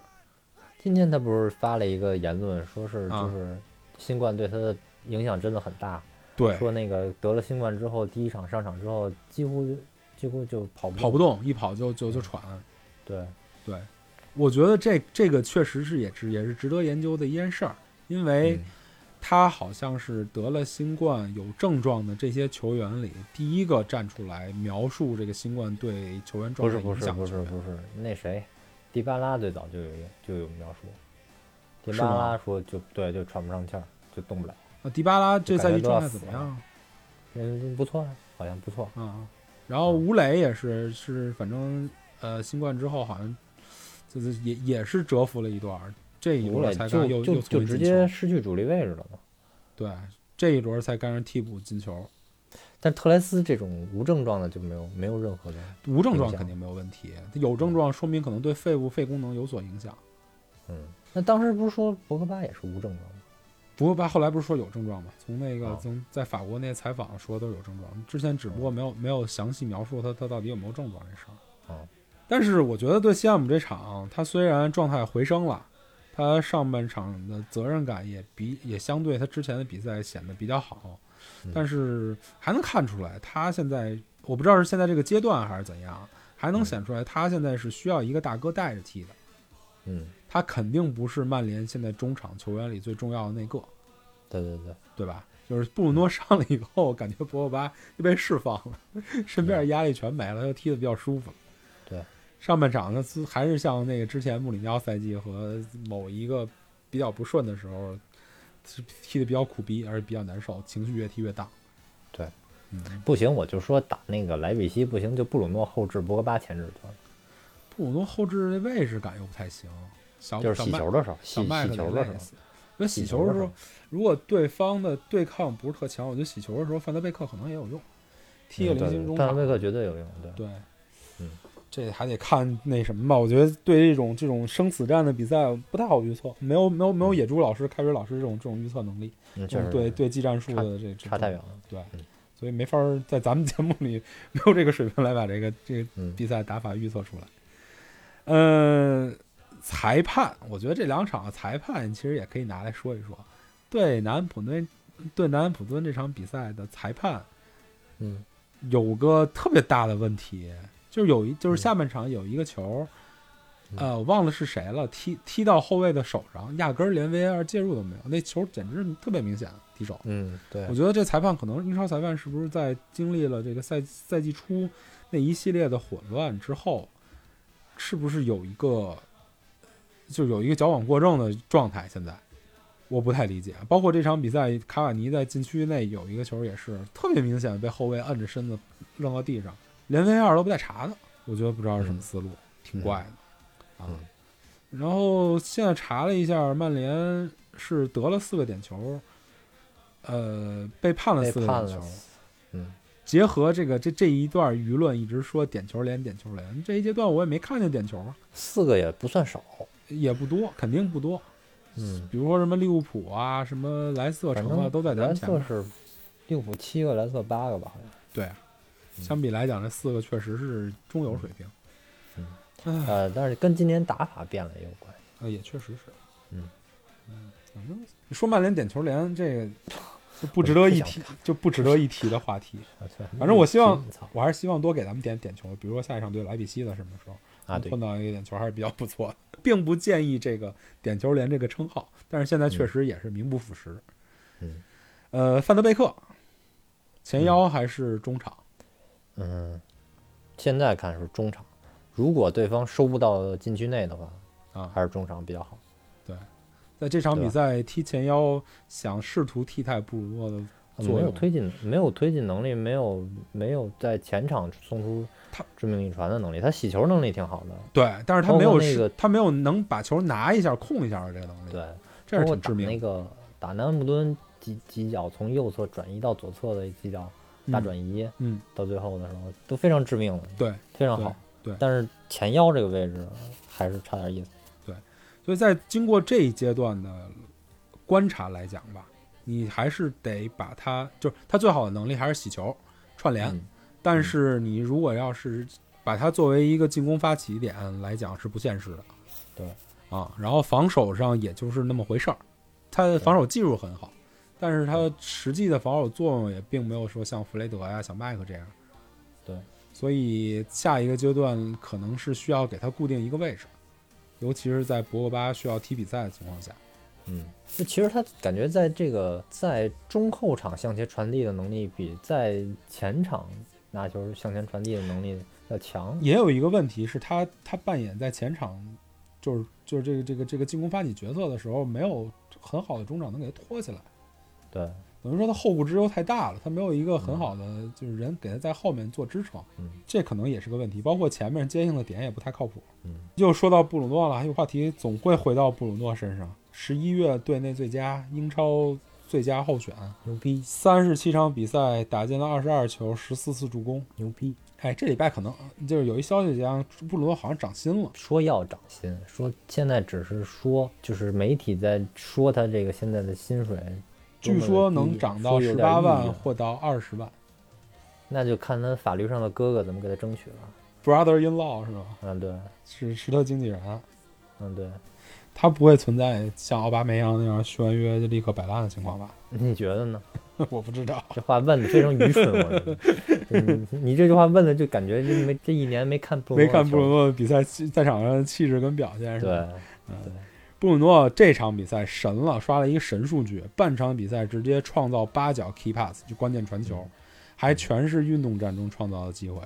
Speaker 2: 今天他不是发了一个言论，说是
Speaker 1: 啊
Speaker 2: 就是新冠对他的影响真的很大，
Speaker 1: 对，
Speaker 2: 说那个得了新冠之后，第一场上场之后几乎就几乎就跑不
Speaker 1: 跑不
Speaker 2: 动，
Speaker 1: 动，一跑就就就喘。
Speaker 2: 对，
Speaker 1: 对，我觉得这这个确实是也是也是值得研究的一件事儿，因为
Speaker 2: 嗯
Speaker 1: 他好像是得了新冠有症状的这些球员里第一个站出来描述这个新冠对球员
Speaker 2: 不
Speaker 1: 状
Speaker 2: 是
Speaker 1: 态
Speaker 2: 不
Speaker 1: 影
Speaker 2: 是
Speaker 1: 响的
Speaker 2: 不
Speaker 1: 球
Speaker 2: 是
Speaker 1: 员。
Speaker 2: 不是那谁，迪巴拉最早就有就有描述，迪
Speaker 1: 是
Speaker 2: 巴
Speaker 1: 吗
Speaker 2: 拉说就对就喘不上气儿，就动不了，
Speaker 1: 那迪巴拉这赛季
Speaker 2: 就感
Speaker 1: 状态
Speaker 2: 觉都要
Speaker 1: 怎么
Speaker 2: 死了
Speaker 1: 样？
Speaker 2: 嗯不错啊，好像不错，
Speaker 1: 啊，然后吴磊也是是，反正呃，新冠之后好像就是也也是蛰伏了一段儿，这一
Speaker 2: 吴
Speaker 1: 轮
Speaker 2: 磊
Speaker 1: 才刚
Speaker 2: 就
Speaker 1: 又
Speaker 2: 就
Speaker 1: 又
Speaker 2: 就
Speaker 1: 重新
Speaker 2: 直接
Speaker 1: 进球，
Speaker 2: 失去主力位置了嘛。
Speaker 1: 对，这一轮才刚上替补进球，
Speaker 2: 但特莱斯这种无症状的就没有没有任何的，
Speaker 1: 无症
Speaker 2: 影
Speaker 1: 状
Speaker 2: 响
Speaker 1: 肯定没有问题，有症状说明可能对肺部肺功能有所影响。
Speaker 2: 嗯，那当时不是说博格巴也是无症状吗？
Speaker 1: 不过吧，后来不是说有症状吗？从那个
Speaker 2: 啊
Speaker 1: 从在法国那些采访说都有症状，之前只不过没有没有详细描述他他到底有没有症状这事儿。
Speaker 2: 哦
Speaker 1: 但是我觉得对西汉姆这场，他虽然状态回升了，他上半场的责任感也比也相对他之前的比赛显得比较好，
Speaker 2: 嗯
Speaker 1: 但是还能看出来他现在我不知道是现在这个阶段还是怎样，还能
Speaker 2: 嗯
Speaker 1: 显出来他现在是需要一个大哥带着踢的，
Speaker 2: 嗯，
Speaker 1: 他肯定不是曼联现在中场球员里最重要的那个。
Speaker 2: 对对对，
Speaker 1: 对吧？就是布鲁诺上了以后，感觉博格巴就被释放了，身边的压力全没了，他就踢得比较舒服了。
Speaker 2: 对，
Speaker 1: 上半场呢，自还是像那个之前穆里尼奥赛季和某一个比较不顺的时候，是踢得比较苦逼，而且比较难受，情绪越踢越荡。
Speaker 2: 对，
Speaker 1: 嗯，
Speaker 2: 不行我就说打那个莱比锡不行，就布鲁诺后置，博格巴前置就完了
Speaker 1: 布鲁诺后置的位置感又不太行，小
Speaker 2: 就是洗
Speaker 1: 小麦
Speaker 2: 球的时候，
Speaker 1: 小
Speaker 2: 洗
Speaker 1: 麦
Speaker 2: 洗
Speaker 1: 克
Speaker 2: 球
Speaker 1: 得
Speaker 2: 的时
Speaker 1: 累
Speaker 2: 候，
Speaker 1: 死。那洗
Speaker 2: 洗
Speaker 1: 球的
Speaker 2: 球的
Speaker 1: 时
Speaker 2: 时
Speaker 1: 候
Speaker 2: 候，嗯
Speaker 1: 如果对方的对抗不是特强，我觉得洗球的时候范德贝克可能也有用，踢个
Speaker 2: 嗯
Speaker 1: 零
Speaker 2: 对
Speaker 1: 星中
Speaker 2: 对范
Speaker 1: 场
Speaker 2: 德。贝克绝对有用，对，
Speaker 1: 对，
Speaker 2: 嗯，
Speaker 1: 这还得看那什么吧。我觉得对这种这种生死战的比赛不太好预测，没有没有没有野猪老师、开水老师这种这种预测能力，
Speaker 2: 嗯，
Speaker 1: 这
Speaker 2: 确
Speaker 1: 种
Speaker 2: 实
Speaker 1: 对
Speaker 2: 是
Speaker 1: 对技战术
Speaker 2: 差
Speaker 1: 的这这
Speaker 2: 差太
Speaker 1: 种
Speaker 2: 远了，
Speaker 1: 对
Speaker 2: 嗯，
Speaker 1: 所以没法儿在咱们节目里 没有这个水平来把这个这个
Speaker 2: 嗯，
Speaker 1: 比赛打法预测出来。嗯，裁判，我觉得这两场裁判其实也可以拿来说一说。对南安普敦，对南安普敦这场比赛的裁判
Speaker 2: 嗯
Speaker 1: 有个特别大的问题，就是有一就是
Speaker 2: 嗯
Speaker 1: 下半场有一个球，
Speaker 2: 嗯
Speaker 1: 呃，我忘了是谁了，踢踢到后卫的手上，压根儿连 VAR 介入都没有，那球简直特别明显，踢手。
Speaker 2: 嗯，对
Speaker 1: 我，觉得这裁判可能英超裁判是不是在经历了这个赛赛季初那一系列的混乱之后，是不是有一个就有一个矫枉过正的状态？现在我不太理解。啊包括这场比赛，卡瓦尼在禁区内有一个球也是特别明显被后卫摁着身子扔到地上，连 VR 都不带查的，我觉得不知道是什么思路，挺怪的、啊。
Speaker 2: 嗯
Speaker 1: 然后现在查了一下，曼联是得了四个点球，呃，被判了
Speaker 2: 被
Speaker 1: 四个
Speaker 2: 判
Speaker 1: 点球
Speaker 2: 了。，嗯，
Speaker 1: 结合这个这这一段舆论一直说点球连点球连，这一阶段我也没看见点球啊，
Speaker 2: 四个也不算少，
Speaker 1: 也不多，肯定不多。
Speaker 2: 嗯，
Speaker 1: 比如说什么利物浦啊，什么莱斯特
Speaker 2: 反
Speaker 1: 城啊，
Speaker 2: 正
Speaker 1: 都在咱
Speaker 2: 蓝
Speaker 1: 们前
Speaker 2: 色
Speaker 1: 面。
Speaker 2: 是六浦七个，蓝色八个吧，好像。
Speaker 1: 对啊，相比来讲，这四个确实是中游水平。
Speaker 2: 嗯
Speaker 1: 嗯，
Speaker 2: 呃，但是跟今年打法变了也有关系。
Speaker 1: 呃，也确实是。
Speaker 2: 嗯
Speaker 1: 嗯，反正你说曼联点球连这 个就不值得一提，就不值得一提的话题。
Speaker 2: 啊对
Speaker 1: 反正我希望
Speaker 2: 操
Speaker 1: 我还是希望多给咱们点点球，比如说下一场对莱比锡的什么时候
Speaker 2: 啊，
Speaker 1: 能
Speaker 2: 对
Speaker 1: 碰，到一个点球还是比较不错的，并不建议这个点球连这个称号，但是现在确实也是名不副实。
Speaker 2: 嗯，
Speaker 1: 呃，范德贝克前腰还是中场？
Speaker 2: 嗯，现在看是中场，如果对方收不到禁区内的话，
Speaker 1: 啊
Speaker 2: 还是中场比较好。
Speaker 1: 在这场
Speaker 2: 对
Speaker 1: 比
Speaker 2: 吧
Speaker 1: 赛踢前腰，想试图替代布鲁诺的
Speaker 2: 呃
Speaker 1: 作
Speaker 2: 没有
Speaker 1: 用
Speaker 2: 推进，没有推进能力，没有没有在前场送出
Speaker 1: 他
Speaker 2: 致命一传的能力，他洗球能力挺好的，
Speaker 1: 对，但是他
Speaker 2: 包括
Speaker 1: 没有
Speaker 2: 那
Speaker 1: 是
Speaker 2: 个
Speaker 1: 他没有能把球拿一下、控一下的这个能力，
Speaker 2: 对，
Speaker 1: 这是
Speaker 2: 包括
Speaker 1: 挺致
Speaker 2: 打
Speaker 1: 命的。
Speaker 2: 那个打南安普敦几几脚从右侧转移到左侧的几脚大
Speaker 1: 嗯
Speaker 2: 转移，
Speaker 1: 嗯，
Speaker 2: 到最后的时候都非常致命了，
Speaker 1: 对，
Speaker 2: 非常
Speaker 1: 对
Speaker 2: 好。
Speaker 1: 对
Speaker 2: 但是前腰这个位置还是差点意思。
Speaker 1: 所以在经过这一阶段的观察来讲吧，你还是得把他就是他最好的能力还是洗球、串联，
Speaker 2: 嗯
Speaker 1: 但是你如果要是把它作为一个进攻发起点来讲是不现实的，
Speaker 2: 对
Speaker 1: 啊，然后防守上也就是那么回事儿，他的防守技术很好，但是他实际的防守作用也并没有说像弗雷德呀、像麦克这样，
Speaker 2: 对，
Speaker 1: 所以下一个阶段可能是需要给他固定一个位置，尤其是在博格巴需要踢比赛的情况下，
Speaker 2: 嗯，就其实他感觉在这个在中后场向前传递的能力，比在前场拿球向前传递的能力要强。
Speaker 1: 也有一个问题是他他扮演在前场，就是就是这个这个这个进攻发起角色的时候，没有很好的中场能给他拖起来，
Speaker 2: 对，
Speaker 1: 等于说他后顾之忧太大了，他没有一个很好的就是人给他在后面做支撑，
Speaker 2: 嗯
Speaker 1: 这可能也是个问题。包括前面接应的点也不太靠谱。
Speaker 2: 嗯，
Speaker 1: 又说到布鲁诺了，这个话题总会回到布鲁诺身上。十一月队内最佳、英超最佳候选，
Speaker 2: 牛逼，
Speaker 1: 三十七场比赛打进了二十二球，十四次助攻。
Speaker 2: 牛逼！
Speaker 1: 哎，这礼拜可能就是有一消息讲，布鲁诺好像涨薪了。
Speaker 2: 说要涨薪，说现在只是说，就是媒体在说他这个现在的薪水多
Speaker 1: 据
Speaker 2: 么的低，
Speaker 1: 说能涨到
Speaker 2: 说有
Speaker 1: 十
Speaker 2: 点
Speaker 1: 八
Speaker 2: 意
Speaker 1: 万
Speaker 2: 义啊
Speaker 1: 或到二十万
Speaker 2: 那就看他法律上的哥哥怎么给他争取了。
Speaker 1: ，brother in law 是吧？
Speaker 2: 嗯，对，
Speaker 1: 是是他经纪人，啊
Speaker 2: 嗯对，
Speaker 1: 他不会存在像奥巴梅扬那样续完约就立刻摆烂的情况吧？
Speaker 2: 你觉得呢？
Speaker 1: 我不知道，
Speaker 2: 这话问的非常愚蠢，我觉得。 嗯你这句话问的就感觉这没这一年没看布鲁
Speaker 1: 没
Speaker 2: 诺
Speaker 1: 看
Speaker 2: 的
Speaker 1: 布
Speaker 2: 球
Speaker 1: 鲁诺的比赛气在场上的气质跟表现是吧？
Speaker 2: 对
Speaker 1: 布鲁诺这场比赛神了，刷了一个神数据，半场比赛直接创造八脚 key pass 就关键传球，
Speaker 2: 嗯
Speaker 1: 还全是运动战中创造的机会。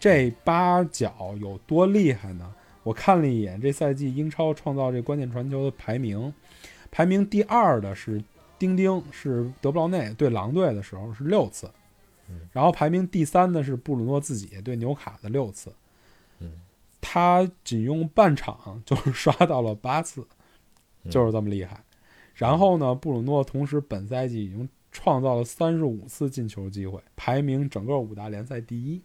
Speaker 1: 这八脚有多厉害呢？我看了一眼这赛季英超创造这关键传球的排名，排名第二的是丁丁，是德布劳内对狼队的时候是六次
Speaker 2: 嗯，
Speaker 1: 然后排名第三的是布鲁诺自己对纽卡的六次
Speaker 2: 嗯，
Speaker 1: 他仅用半场就是 刷到了八次，
Speaker 2: 嗯
Speaker 1: 就是这么厉害。然后呢，布鲁诺同时本赛季已经创造了三十五次进球机会，排名整个五大联赛第一。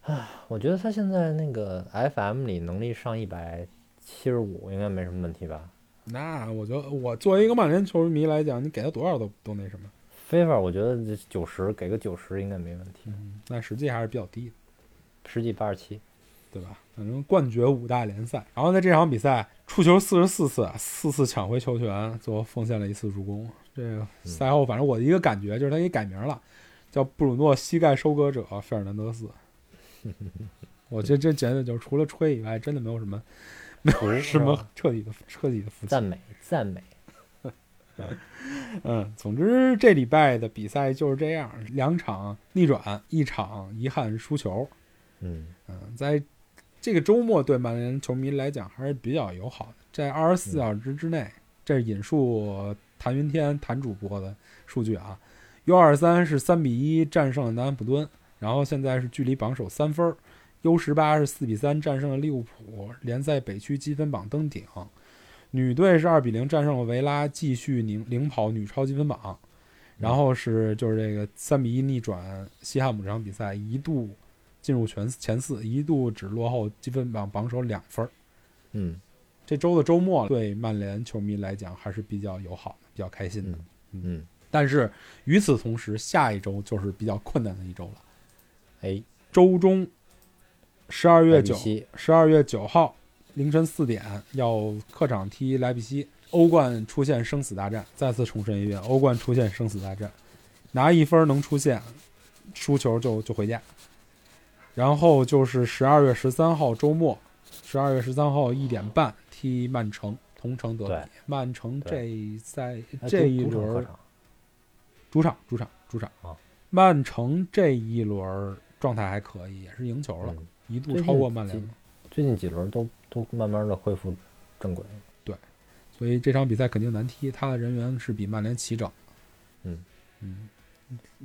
Speaker 2: 我觉得他现在那个 FM 里能力上一百七十五应该没什么问题吧
Speaker 1: 那我觉得，我作为一个曼联球迷来讲，你给他多少都都那什么。
Speaker 2: ？FIFA 我觉得九十给个九十应该没问题，
Speaker 1: 嗯，但实际还是比较低的，
Speaker 2: 十几八十 七，
Speaker 1: 对吧？反正冠绝五大联赛。然后在这场比赛触球四十四次，四次抢回球权，最后奉献了一次助攻。这个赛后，反正我的一个感觉就是他给改名了，叫布鲁诺膝盖收割者费尔南德斯。我这这简直就是除了吹以外，真的没有什么
Speaker 2: 图
Speaker 1: 什么彻底的彻底的服气
Speaker 2: 赞。美赞美，
Speaker 1: 嗯，总之这礼拜的比赛就是这样，两场逆转，一场遗憾输球。
Speaker 2: 嗯
Speaker 1: 嗯，在这个周末对曼联球迷来讲还是比较友好的，在二十四小时之内，这是引述谭云天谭主播的数据啊，U 二三是三比一战胜了南安普敦，然后现在是距离榜首三分，U 十八是四比三战胜了利物浦，联赛北区积分榜登顶。女队是二比零战胜了维拉，继续领领跑女超积分榜。然后是就是这个三比一逆转西汉姆这场比赛，一度进入全前四，一度只落后积分榜榜首两分儿。
Speaker 2: 嗯
Speaker 1: 这周的周末对曼联球迷来讲还是比较友好的，比较开心的。
Speaker 2: 嗯，
Speaker 1: 但是与此同时，下一周就是比较困难的一周了。
Speaker 2: 哎，
Speaker 1: 周中，十二月
Speaker 2: 莱比
Speaker 1: 九
Speaker 2: 锡
Speaker 1: 十二月九号凌晨四点要客场踢莱比锡，欧冠出现生死大战。再次重申一遍，欧冠出现生死大战，拿一分能出线，输球就就回家。然后就是十二月十三号周末，十二月十三号一点半踢曼城，同城德比
Speaker 2: 对。
Speaker 1: 曼城这一赛
Speaker 2: 哎
Speaker 1: 这
Speaker 2: 主
Speaker 1: 一
Speaker 2: 主场
Speaker 1: 轮
Speaker 2: 客
Speaker 1: 儿
Speaker 2: 场
Speaker 1: 主场主场主场
Speaker 2: 啊，
Speaker 1: 曼城这一轮儿状态还可以，也是赢球了，
Speaker 2: 嗯
Speaker 1: 一度
Speaker 2: 最
Speaker 1: 超
Speaker 2: 近
Speaker 1: 过曼联
Speaker 2: 几
Speaker 1: 了。
Speaker 2: 最近几轮都都慢慢的恢复正轨。
Speaker 1: 所以这场比赛肯定难踢，他的人员是比曼联齐整。
Speaker 2: 嗯
Speaker 1: 嗯，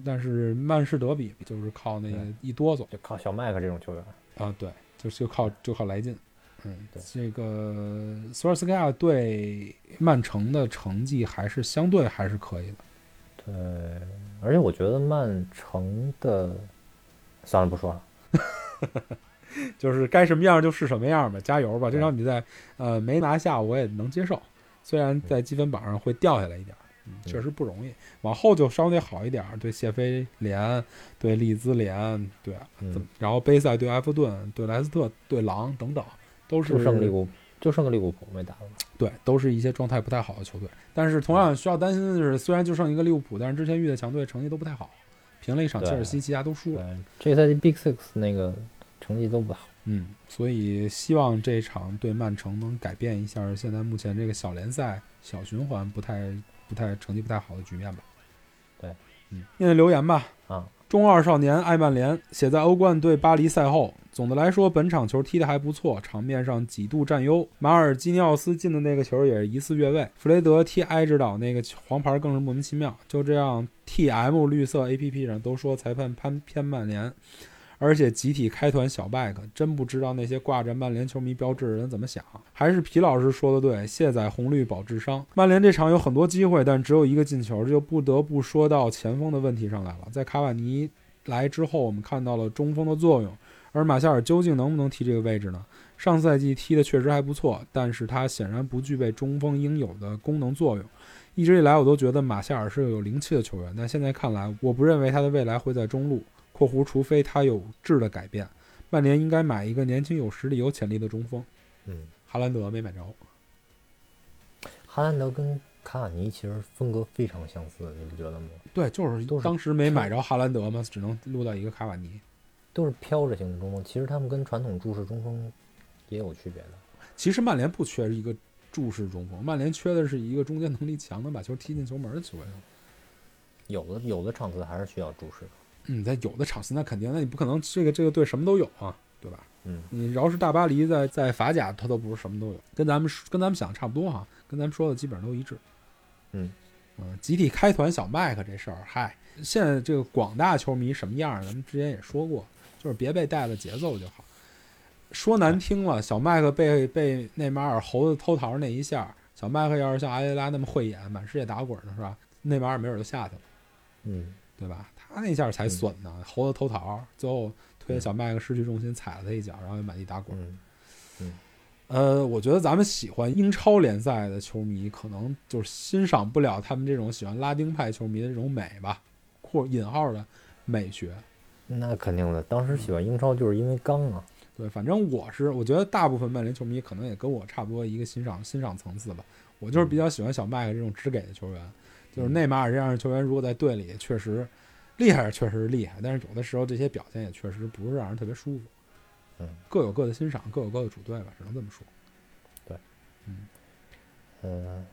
Speaker 1: 但是曼市德比就是靠那个
Speaker 2: 对
Speaker 1: 一哆嗦
Speaker 2: 就靠小麦克这种球员，
Speaker 1: 啊，对，就就靠就靠来劲。嗯
Speaker 2: 对，
Speaker 1: 这个索尔斯克亚对曼城的成绩还是相对还是可以的。
Speaker 2: 对，而且我觉得曼城的，算了不说了，
Speaker 1: 就是该什么样就是什么样吧，加油吧！这
Speaker 2: 对
Speaker 1: 场比赛，呃，没拿下我也能接受，虽然在积分榜上会掉下来一点儿，嗯，
Speaker 2: 嗯
Speaker 1: 确实不容易。往后就稍微好一点儿，对谢菲联、对利兹联、对，
Speaker 2: 嗯
Speaker 1: 怎么然后杯赛对埃弗顿、对莱斯特、对狼等等，都是
Speaker 2: 就剩利物浦，就剩个利物浦没打了。
Speaker 1: 对，都是一些状态不太好的球队。但是同样需要担心的是，虽然就剩一个利物浦，但是之前遇的强队成绩都不太好，平了一场切尔西，其他都输了。
Speaker 2: 对，嗯这赛季 Big Six 那个成绩都不好。
Speaker 1: 嗯，所以希望这场对曼城能改变一下现在目前这个小联赛、小循环不太、不太成绩不太好的局面吧。
Speaker 2: 对，
Speaker 1: 嗯，念念留言吧。
Speaker 2: 啊，
Speaker 1: 中二少年爱曼联写在欧冠对巴黎赛后，总的来说本场球踢得还不错，场面上几度占优。马尔基尼奥斯进的那个球也是疑似越位，弗雷德踢埃指导那个黄牌更是莫名其妙。就这样，TM 绿色 APP 上都说裁判判偏曼联，而且集体开团小 back，真不知道那些挂着曼联球迷标志的人怎么想。还是皮老师说的对，卸载红绿保智商。曼联这场有很多机会，但只有一个进球，这就不得不说到前锋的问题上来了。在卡瓦尼来之后，我们看到了中锋的作用，而马夏尔究竟能不能踢这个位置呢？上赛季踢的确实还不错，但是他显然不具备中锋应有的功能作用。一直以来，我都觉得马夏尔是个有灵气的球员，但现在看来，我不认为他的未来会在中路（括弧除非他有质的改变）。曼联应该买一个年轻、有实力、有潜力的中锋。
Speaker 2: 嗯，
Speaker 1: 哈兰德没买着，
Speaker 2: 哈兰德跟卡瓦尼其实风格非常相似，你不觉得吗？
Speaker 1: 对，就是
Speaker 2: 都是
Speaker 1: 当时没买着哈兰德嘛，只能录到一个卡瓦尼。
Speaker 2: 都是飘着型的中锋，其实他们跟传统注视中锋也有区别的。
Speaker 1: 其实曼联不缺一个注视中锋，曼联缺的是一个中间能力强、能把球踢进球门的球员。
Speaker 2: 有的有的场次还是需要注视的。
Speaker 1: 嗯，在有的场次那肯定，那你不可能这个这个队什么都有啊，对吧？
Speaker 2: 嗯，
Speaker 1: 你饶是大巴黎在在法甲，他都不是什么都有，跟咱们跟咱们想的差不多哈，跟咱们说的基本上都一致。
Speaker 2: 嗯
Speaker 1: 嗯，集体开团小麦克这事儿，嗨，现在这个广大球迷什么样儿，咱们之前也说过，就是别被带了节奏就好。说难听了，小麦克被被内马尔猴子偷桃那一下，小麦克要是像阿维拉那么慧眼，满世界打滚呢，是吧？内马尔没准就下去了。
Speaker 2: 嗯，
Speaker 1: 对吧？他那下才损呢，猴子偷桃，最后推着小麦克失去重心，踩了他一脚，然后就满地打滚。
Speaker 2: 嗯，
Speaker 1: 呃，我觉得咱们喜欢英超联赛的球迷，可能就是欣赏不了他们这种喜欢拉丁派球迷的这种美吧，括引号的美学。
Speaker 2: 嗯那肯定的。当时喜欢英超就是因为刚啊，
Speaker 1: 对，反正我是，我觉得大部分曼联球迷可能也跟我差不多一个欣赏欣赏层次吧。我就是比较喜欢小麦克这种直给的球员，就是内马尔这样的球员，如果在队里确实厉害，确实厉害，但是有的时候这些表现也确实不是让人特别舒服。
Speaker 2: 嗯，
Speaker 1: 各有各的欣赏，各有各的主队吧，只能这么说。
Speaker 2: 嗯，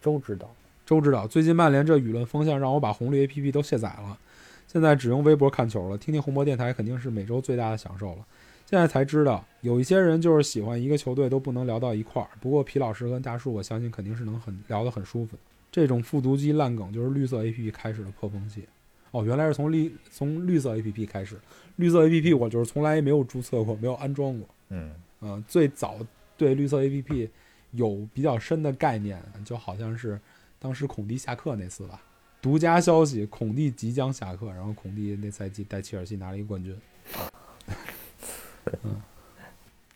Speaker 2: 周指导，
Speaker 1: 周指导，最近曼联这舆论风向让我把红绿 APP 都卸载了，现在只用微博看球了。听听红魔电台肯定是每周最大的享受了。现在才知道，有一些人就是喜欢一个球队都不能聊到一块儿。不过皮老师跟大树，我相信肯定是能很聊得很舒服的。这种复读机烂梗就是绿色 APP 开始的破风气。哦，原来是从绿从绿色 APP 开始，绿色 APP 我就是从来没有注册过，没有安装过。
Speaker 2: 嗯，
Speaker 1: 嗯、最早对绿色 APP 有比较深的概念，就好像是当时孔蒂下课那次吧，独家消息，孔蒂即将下课，然后孔蒂那赛季带切尔西拿了一个冠军。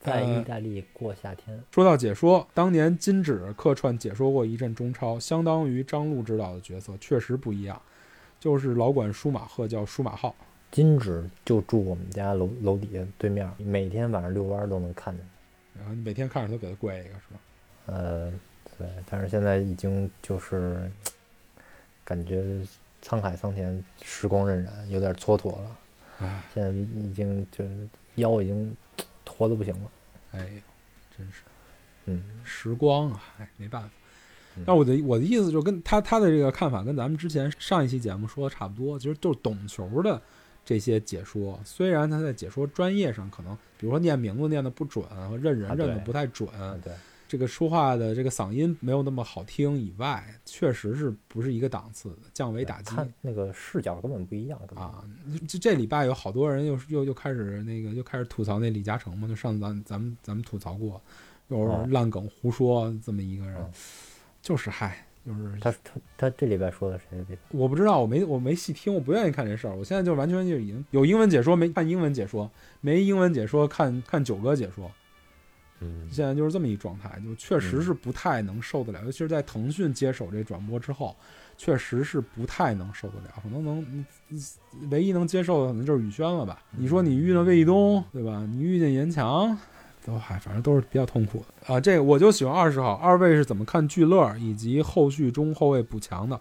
Speaker 2: 在
Speaker 1: 呃
Speaker 2: 意大利过夏天。
Speaker 1: 说到解说，当年金指客串解说过一阵中超，相当于张路指导的角色，确实不一样，就是老管舒马赫叫舒马浩。
Speaker 2: 金指就住我们家楼楼底下对面，每天晚上遛弯儿都能看见。
Speaker 1: 然后你每天看着他给他跪一个是吧？
Speaker 2: 呃，对，但是现在已经就是感觉沧海桑田，时光荏苒，有点蹉跎了。
Speaker 1: 唉，
Speaker 2: 现在已经就是腰已经驼的不行了。
Speaker 1: 哎呦，真是。
Speaker 2: 嗯，
Speaker 1: 时光啊，哎，没办法
Speaker 2: 嗯。
Speaker 1: 但我的我的意思就跟他他的这个看法跟咱们之前上一期节目说的差不多，其实就是懂球的这些解说，虽然他在解说专业上可能，比如说念名字念的不准，和认人
Speaker 2: 啊
Speaker 1: 认的
Speaker 2: 对
Speaker 1: 不太准，
Speaker 2: 啊对，
Speaker 1: 这个说话的这个嗓音没有那么好听以外，确实是不是一个档次的，降维打击
Speaker 2: 看那个视角根本不一样，根本
Speaker 1: 啊！这这礼拜有好多人又又又开始那个又开始吐槽那李嘉诚嘛，就上次咱咱们咱们吐槽过，又
Speaker 2: 哦
Speaker 1: 是烂梗胡说这么一个人，
Speaker 2: 哦
Speaker 1: 就是嗨，就是
Speaker 2: 他他他这里边说的谁比
Speaker 1: 我不知道，我没我没细听，我不愿意看这事儿。我现在就完全就已经有英文解说没看英文解说，没英文解说看看九哥解说，
Speaker 2: 嗯
Speaker 1: 现在就是这么一状态，就确实
Speaker 2: 嗯
Speaker 1: 是不太能受得了。尤其是在腾讯接手这转播之后，确实是不太能受得了。可能能嗯唯一能接受的可能就是宇轩了吧？你说你遇见魏一东，对吧？你遇见严强。都还反正都是比较痛苦的啊！这个我就喜欢二十号，二位是怎么看聚乐以及后续中后卫补强的？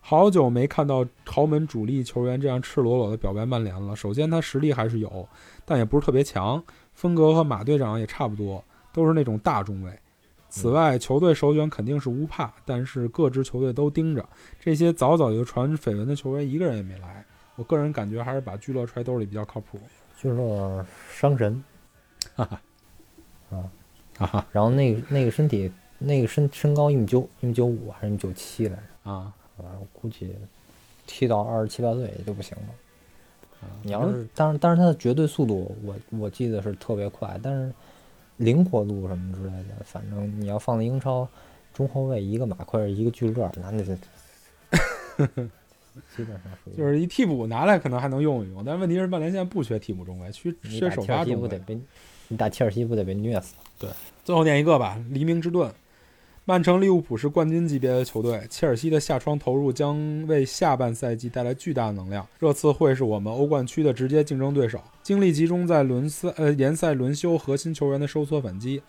Speaker 1: 好久没看到豪门主力球员这样赤裸裸的表白曼联了。首先，他实力还是有，但也不是特别强。风格和马队长也差不多，都是那种大中卫。此外，球队首选肯定是乌帕，但是各支球队都盯着这些早早就传绯闻的球员，一个人也没来。我个人感觉还是把聚乐揣兜里比较靠谱。
Speaker 2: 就是说伤神，
Speaker 1: 哈哈
Speaker 2: 然后那个那个身体那个身身高一米九一米九五还是一米九七来着。
Speaker 1: 啊！
Speaker 2: 啊，我估计踢到二十七八岁也就不行了。啊你要
Speaker 1: 但
Speaker 2: 是，当然，当然他的绝对速度，我我记得是特别快，但是灵活度什么之类的，反正你要放在英超，中后卫一个马奎尔，一个聚乐，那 那这基本上属于
Speaker 1: 就是一替补拿来可能还能用一用，但问题是曼联现在不缺替补中卫，缺
Speaker 2: 你
Speaker 1: 缺
Speaker 2: 打
Speaker 1: 首
Speaker 2: 切
Speaker 1: 发
Speaker 2: 尔西
Speaker 1: 中
Speaker 2: 不
Speaker 1: 卫
Speaker 2: 得。被你打切尔西不得被虐死？
Speaker 1: 最后念一个吧，黎明之盾。曼城、利物浦是冠军级别的球队，切尔西的下窗投入将为下半赛季带来巨大能量。热刺会是我们欧冠区的直接竞争对手，精力集中在轮赛呃联赛轮休核心球员的收缩反击。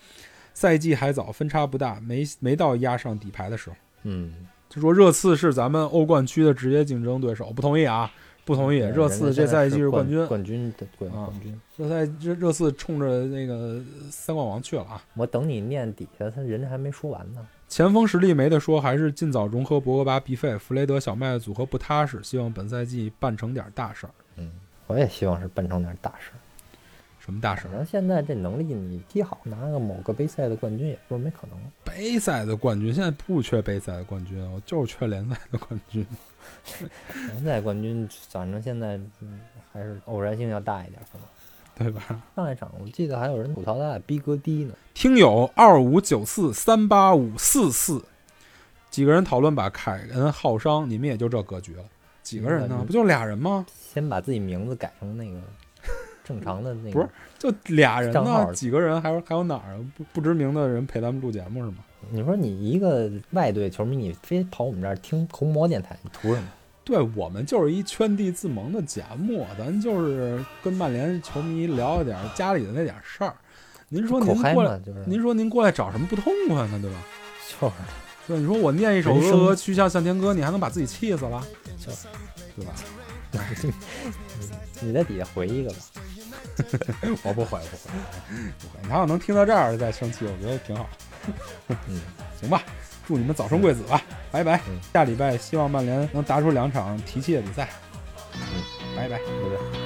Speaker 1: 赛季还早，分差不大，没没到压上底牌的时候。
Speaker 2: 嗯，
Speaker 1: 就说热刺是咱们欧冠区的直接竞争对手，不同意啊，不同意。
Speaker 2: 对
Speaker 1: 热
Speaker 2: 人家
Speaker 1: 刺
Speaker 2: 现
Speaker 1: 这
Speaker 2: 在
Speaker 1: 赛季
Speaker 2: 是
Speaker 1: 是冠军，
Speaker 2: 冠军的冠
Speaker 1: 啊
Speaker 2: 冠军。
Speaker 1: 热赛热热刺冲着那个三冠王去了啊。
Speaker 2: 我等你念底下，他人家还没说完呢。
Speaker 1: 前锋实力没得说，还是尽早融合博格巴、必费、弗雷德、小麦的组合不踏实，希望本赛季办成点大事儿。
Speaker 2: 嗯，我也希望是办成点大事儿。
Speaker 1: 什么大事
Speaker 2: 可
Speaker 1: 儿？
Speaker 2: 能现在这能力，你踢好拿个某个杯赛的冠军也不是没可能。
Speaker 1: 杯赛的冠军现在不缺杯赛的冠军，我就是缺联赛的冠军。
Speaker 2: 联赛冠军，反正现在嗯还是偶然性要大一点，可能。
Speaker 1: 对吧？
Speaker 2: 上一场我记得还有人吐槽他俩逼格低呢。
Speaker 1: 听友二五九四三八五四四，几个人讨论把凯恩耗伤，你们也就这格局了。几个人
Speaker 2: 明白明
Speaker 1: 呢？
Speaker 2: 白
Speaker 1: 不就俩人吗？
Speaker 2: 先把自己名字改成 那个正常的那个，
Speaker 1: 不是就俩人
Speaker 2: 账号
Speaker 1: 呢？几个人？还有还有哪儿啊不不知名的人陪咱们录节目是吗？
Speaker 2: 你说你一个外队球迷，你非跑我们这儿听红魔电台，你图什么？
Speaker 1: 对我们就是一圈地自萌的节目，咱就是跟曼联球迷聊一点家里的那点事儿。哦您说
Speaker 2: 口
Speaker 1: 您
Speaker 2: 嗨
Speaker 1: 过来，
Speaker 2: 嘛，就是
Speaker 1: 您说您过来找什么不痛快呢？对吧？
Speaker 2: 就是
Speaker 1: 对，你说我念一首《
Speaker 2: 人
Speaker 1: 鹅
Speaker 2: 生
Speaker 1: 鹅曲项向天歌》，你还能把自己气死了，对吧？
Speaker 2: 你在底下回一个 吧。
Speaker 1: 我不悔，不悔，不悔。他要能听到这儿再生气，我觉得挺好。
Speaker 2: 嗯，
Speaker 1: 行吧，祝你们早生贵子吧，拜拜
Speaker 2: 嗯。
Speaker 1: 下礼拜希望曼联能打出两场提气的比赛，
Speaker 2: 嗯，
Speaker 1: 拜拜。
Speaker 2: 对不对？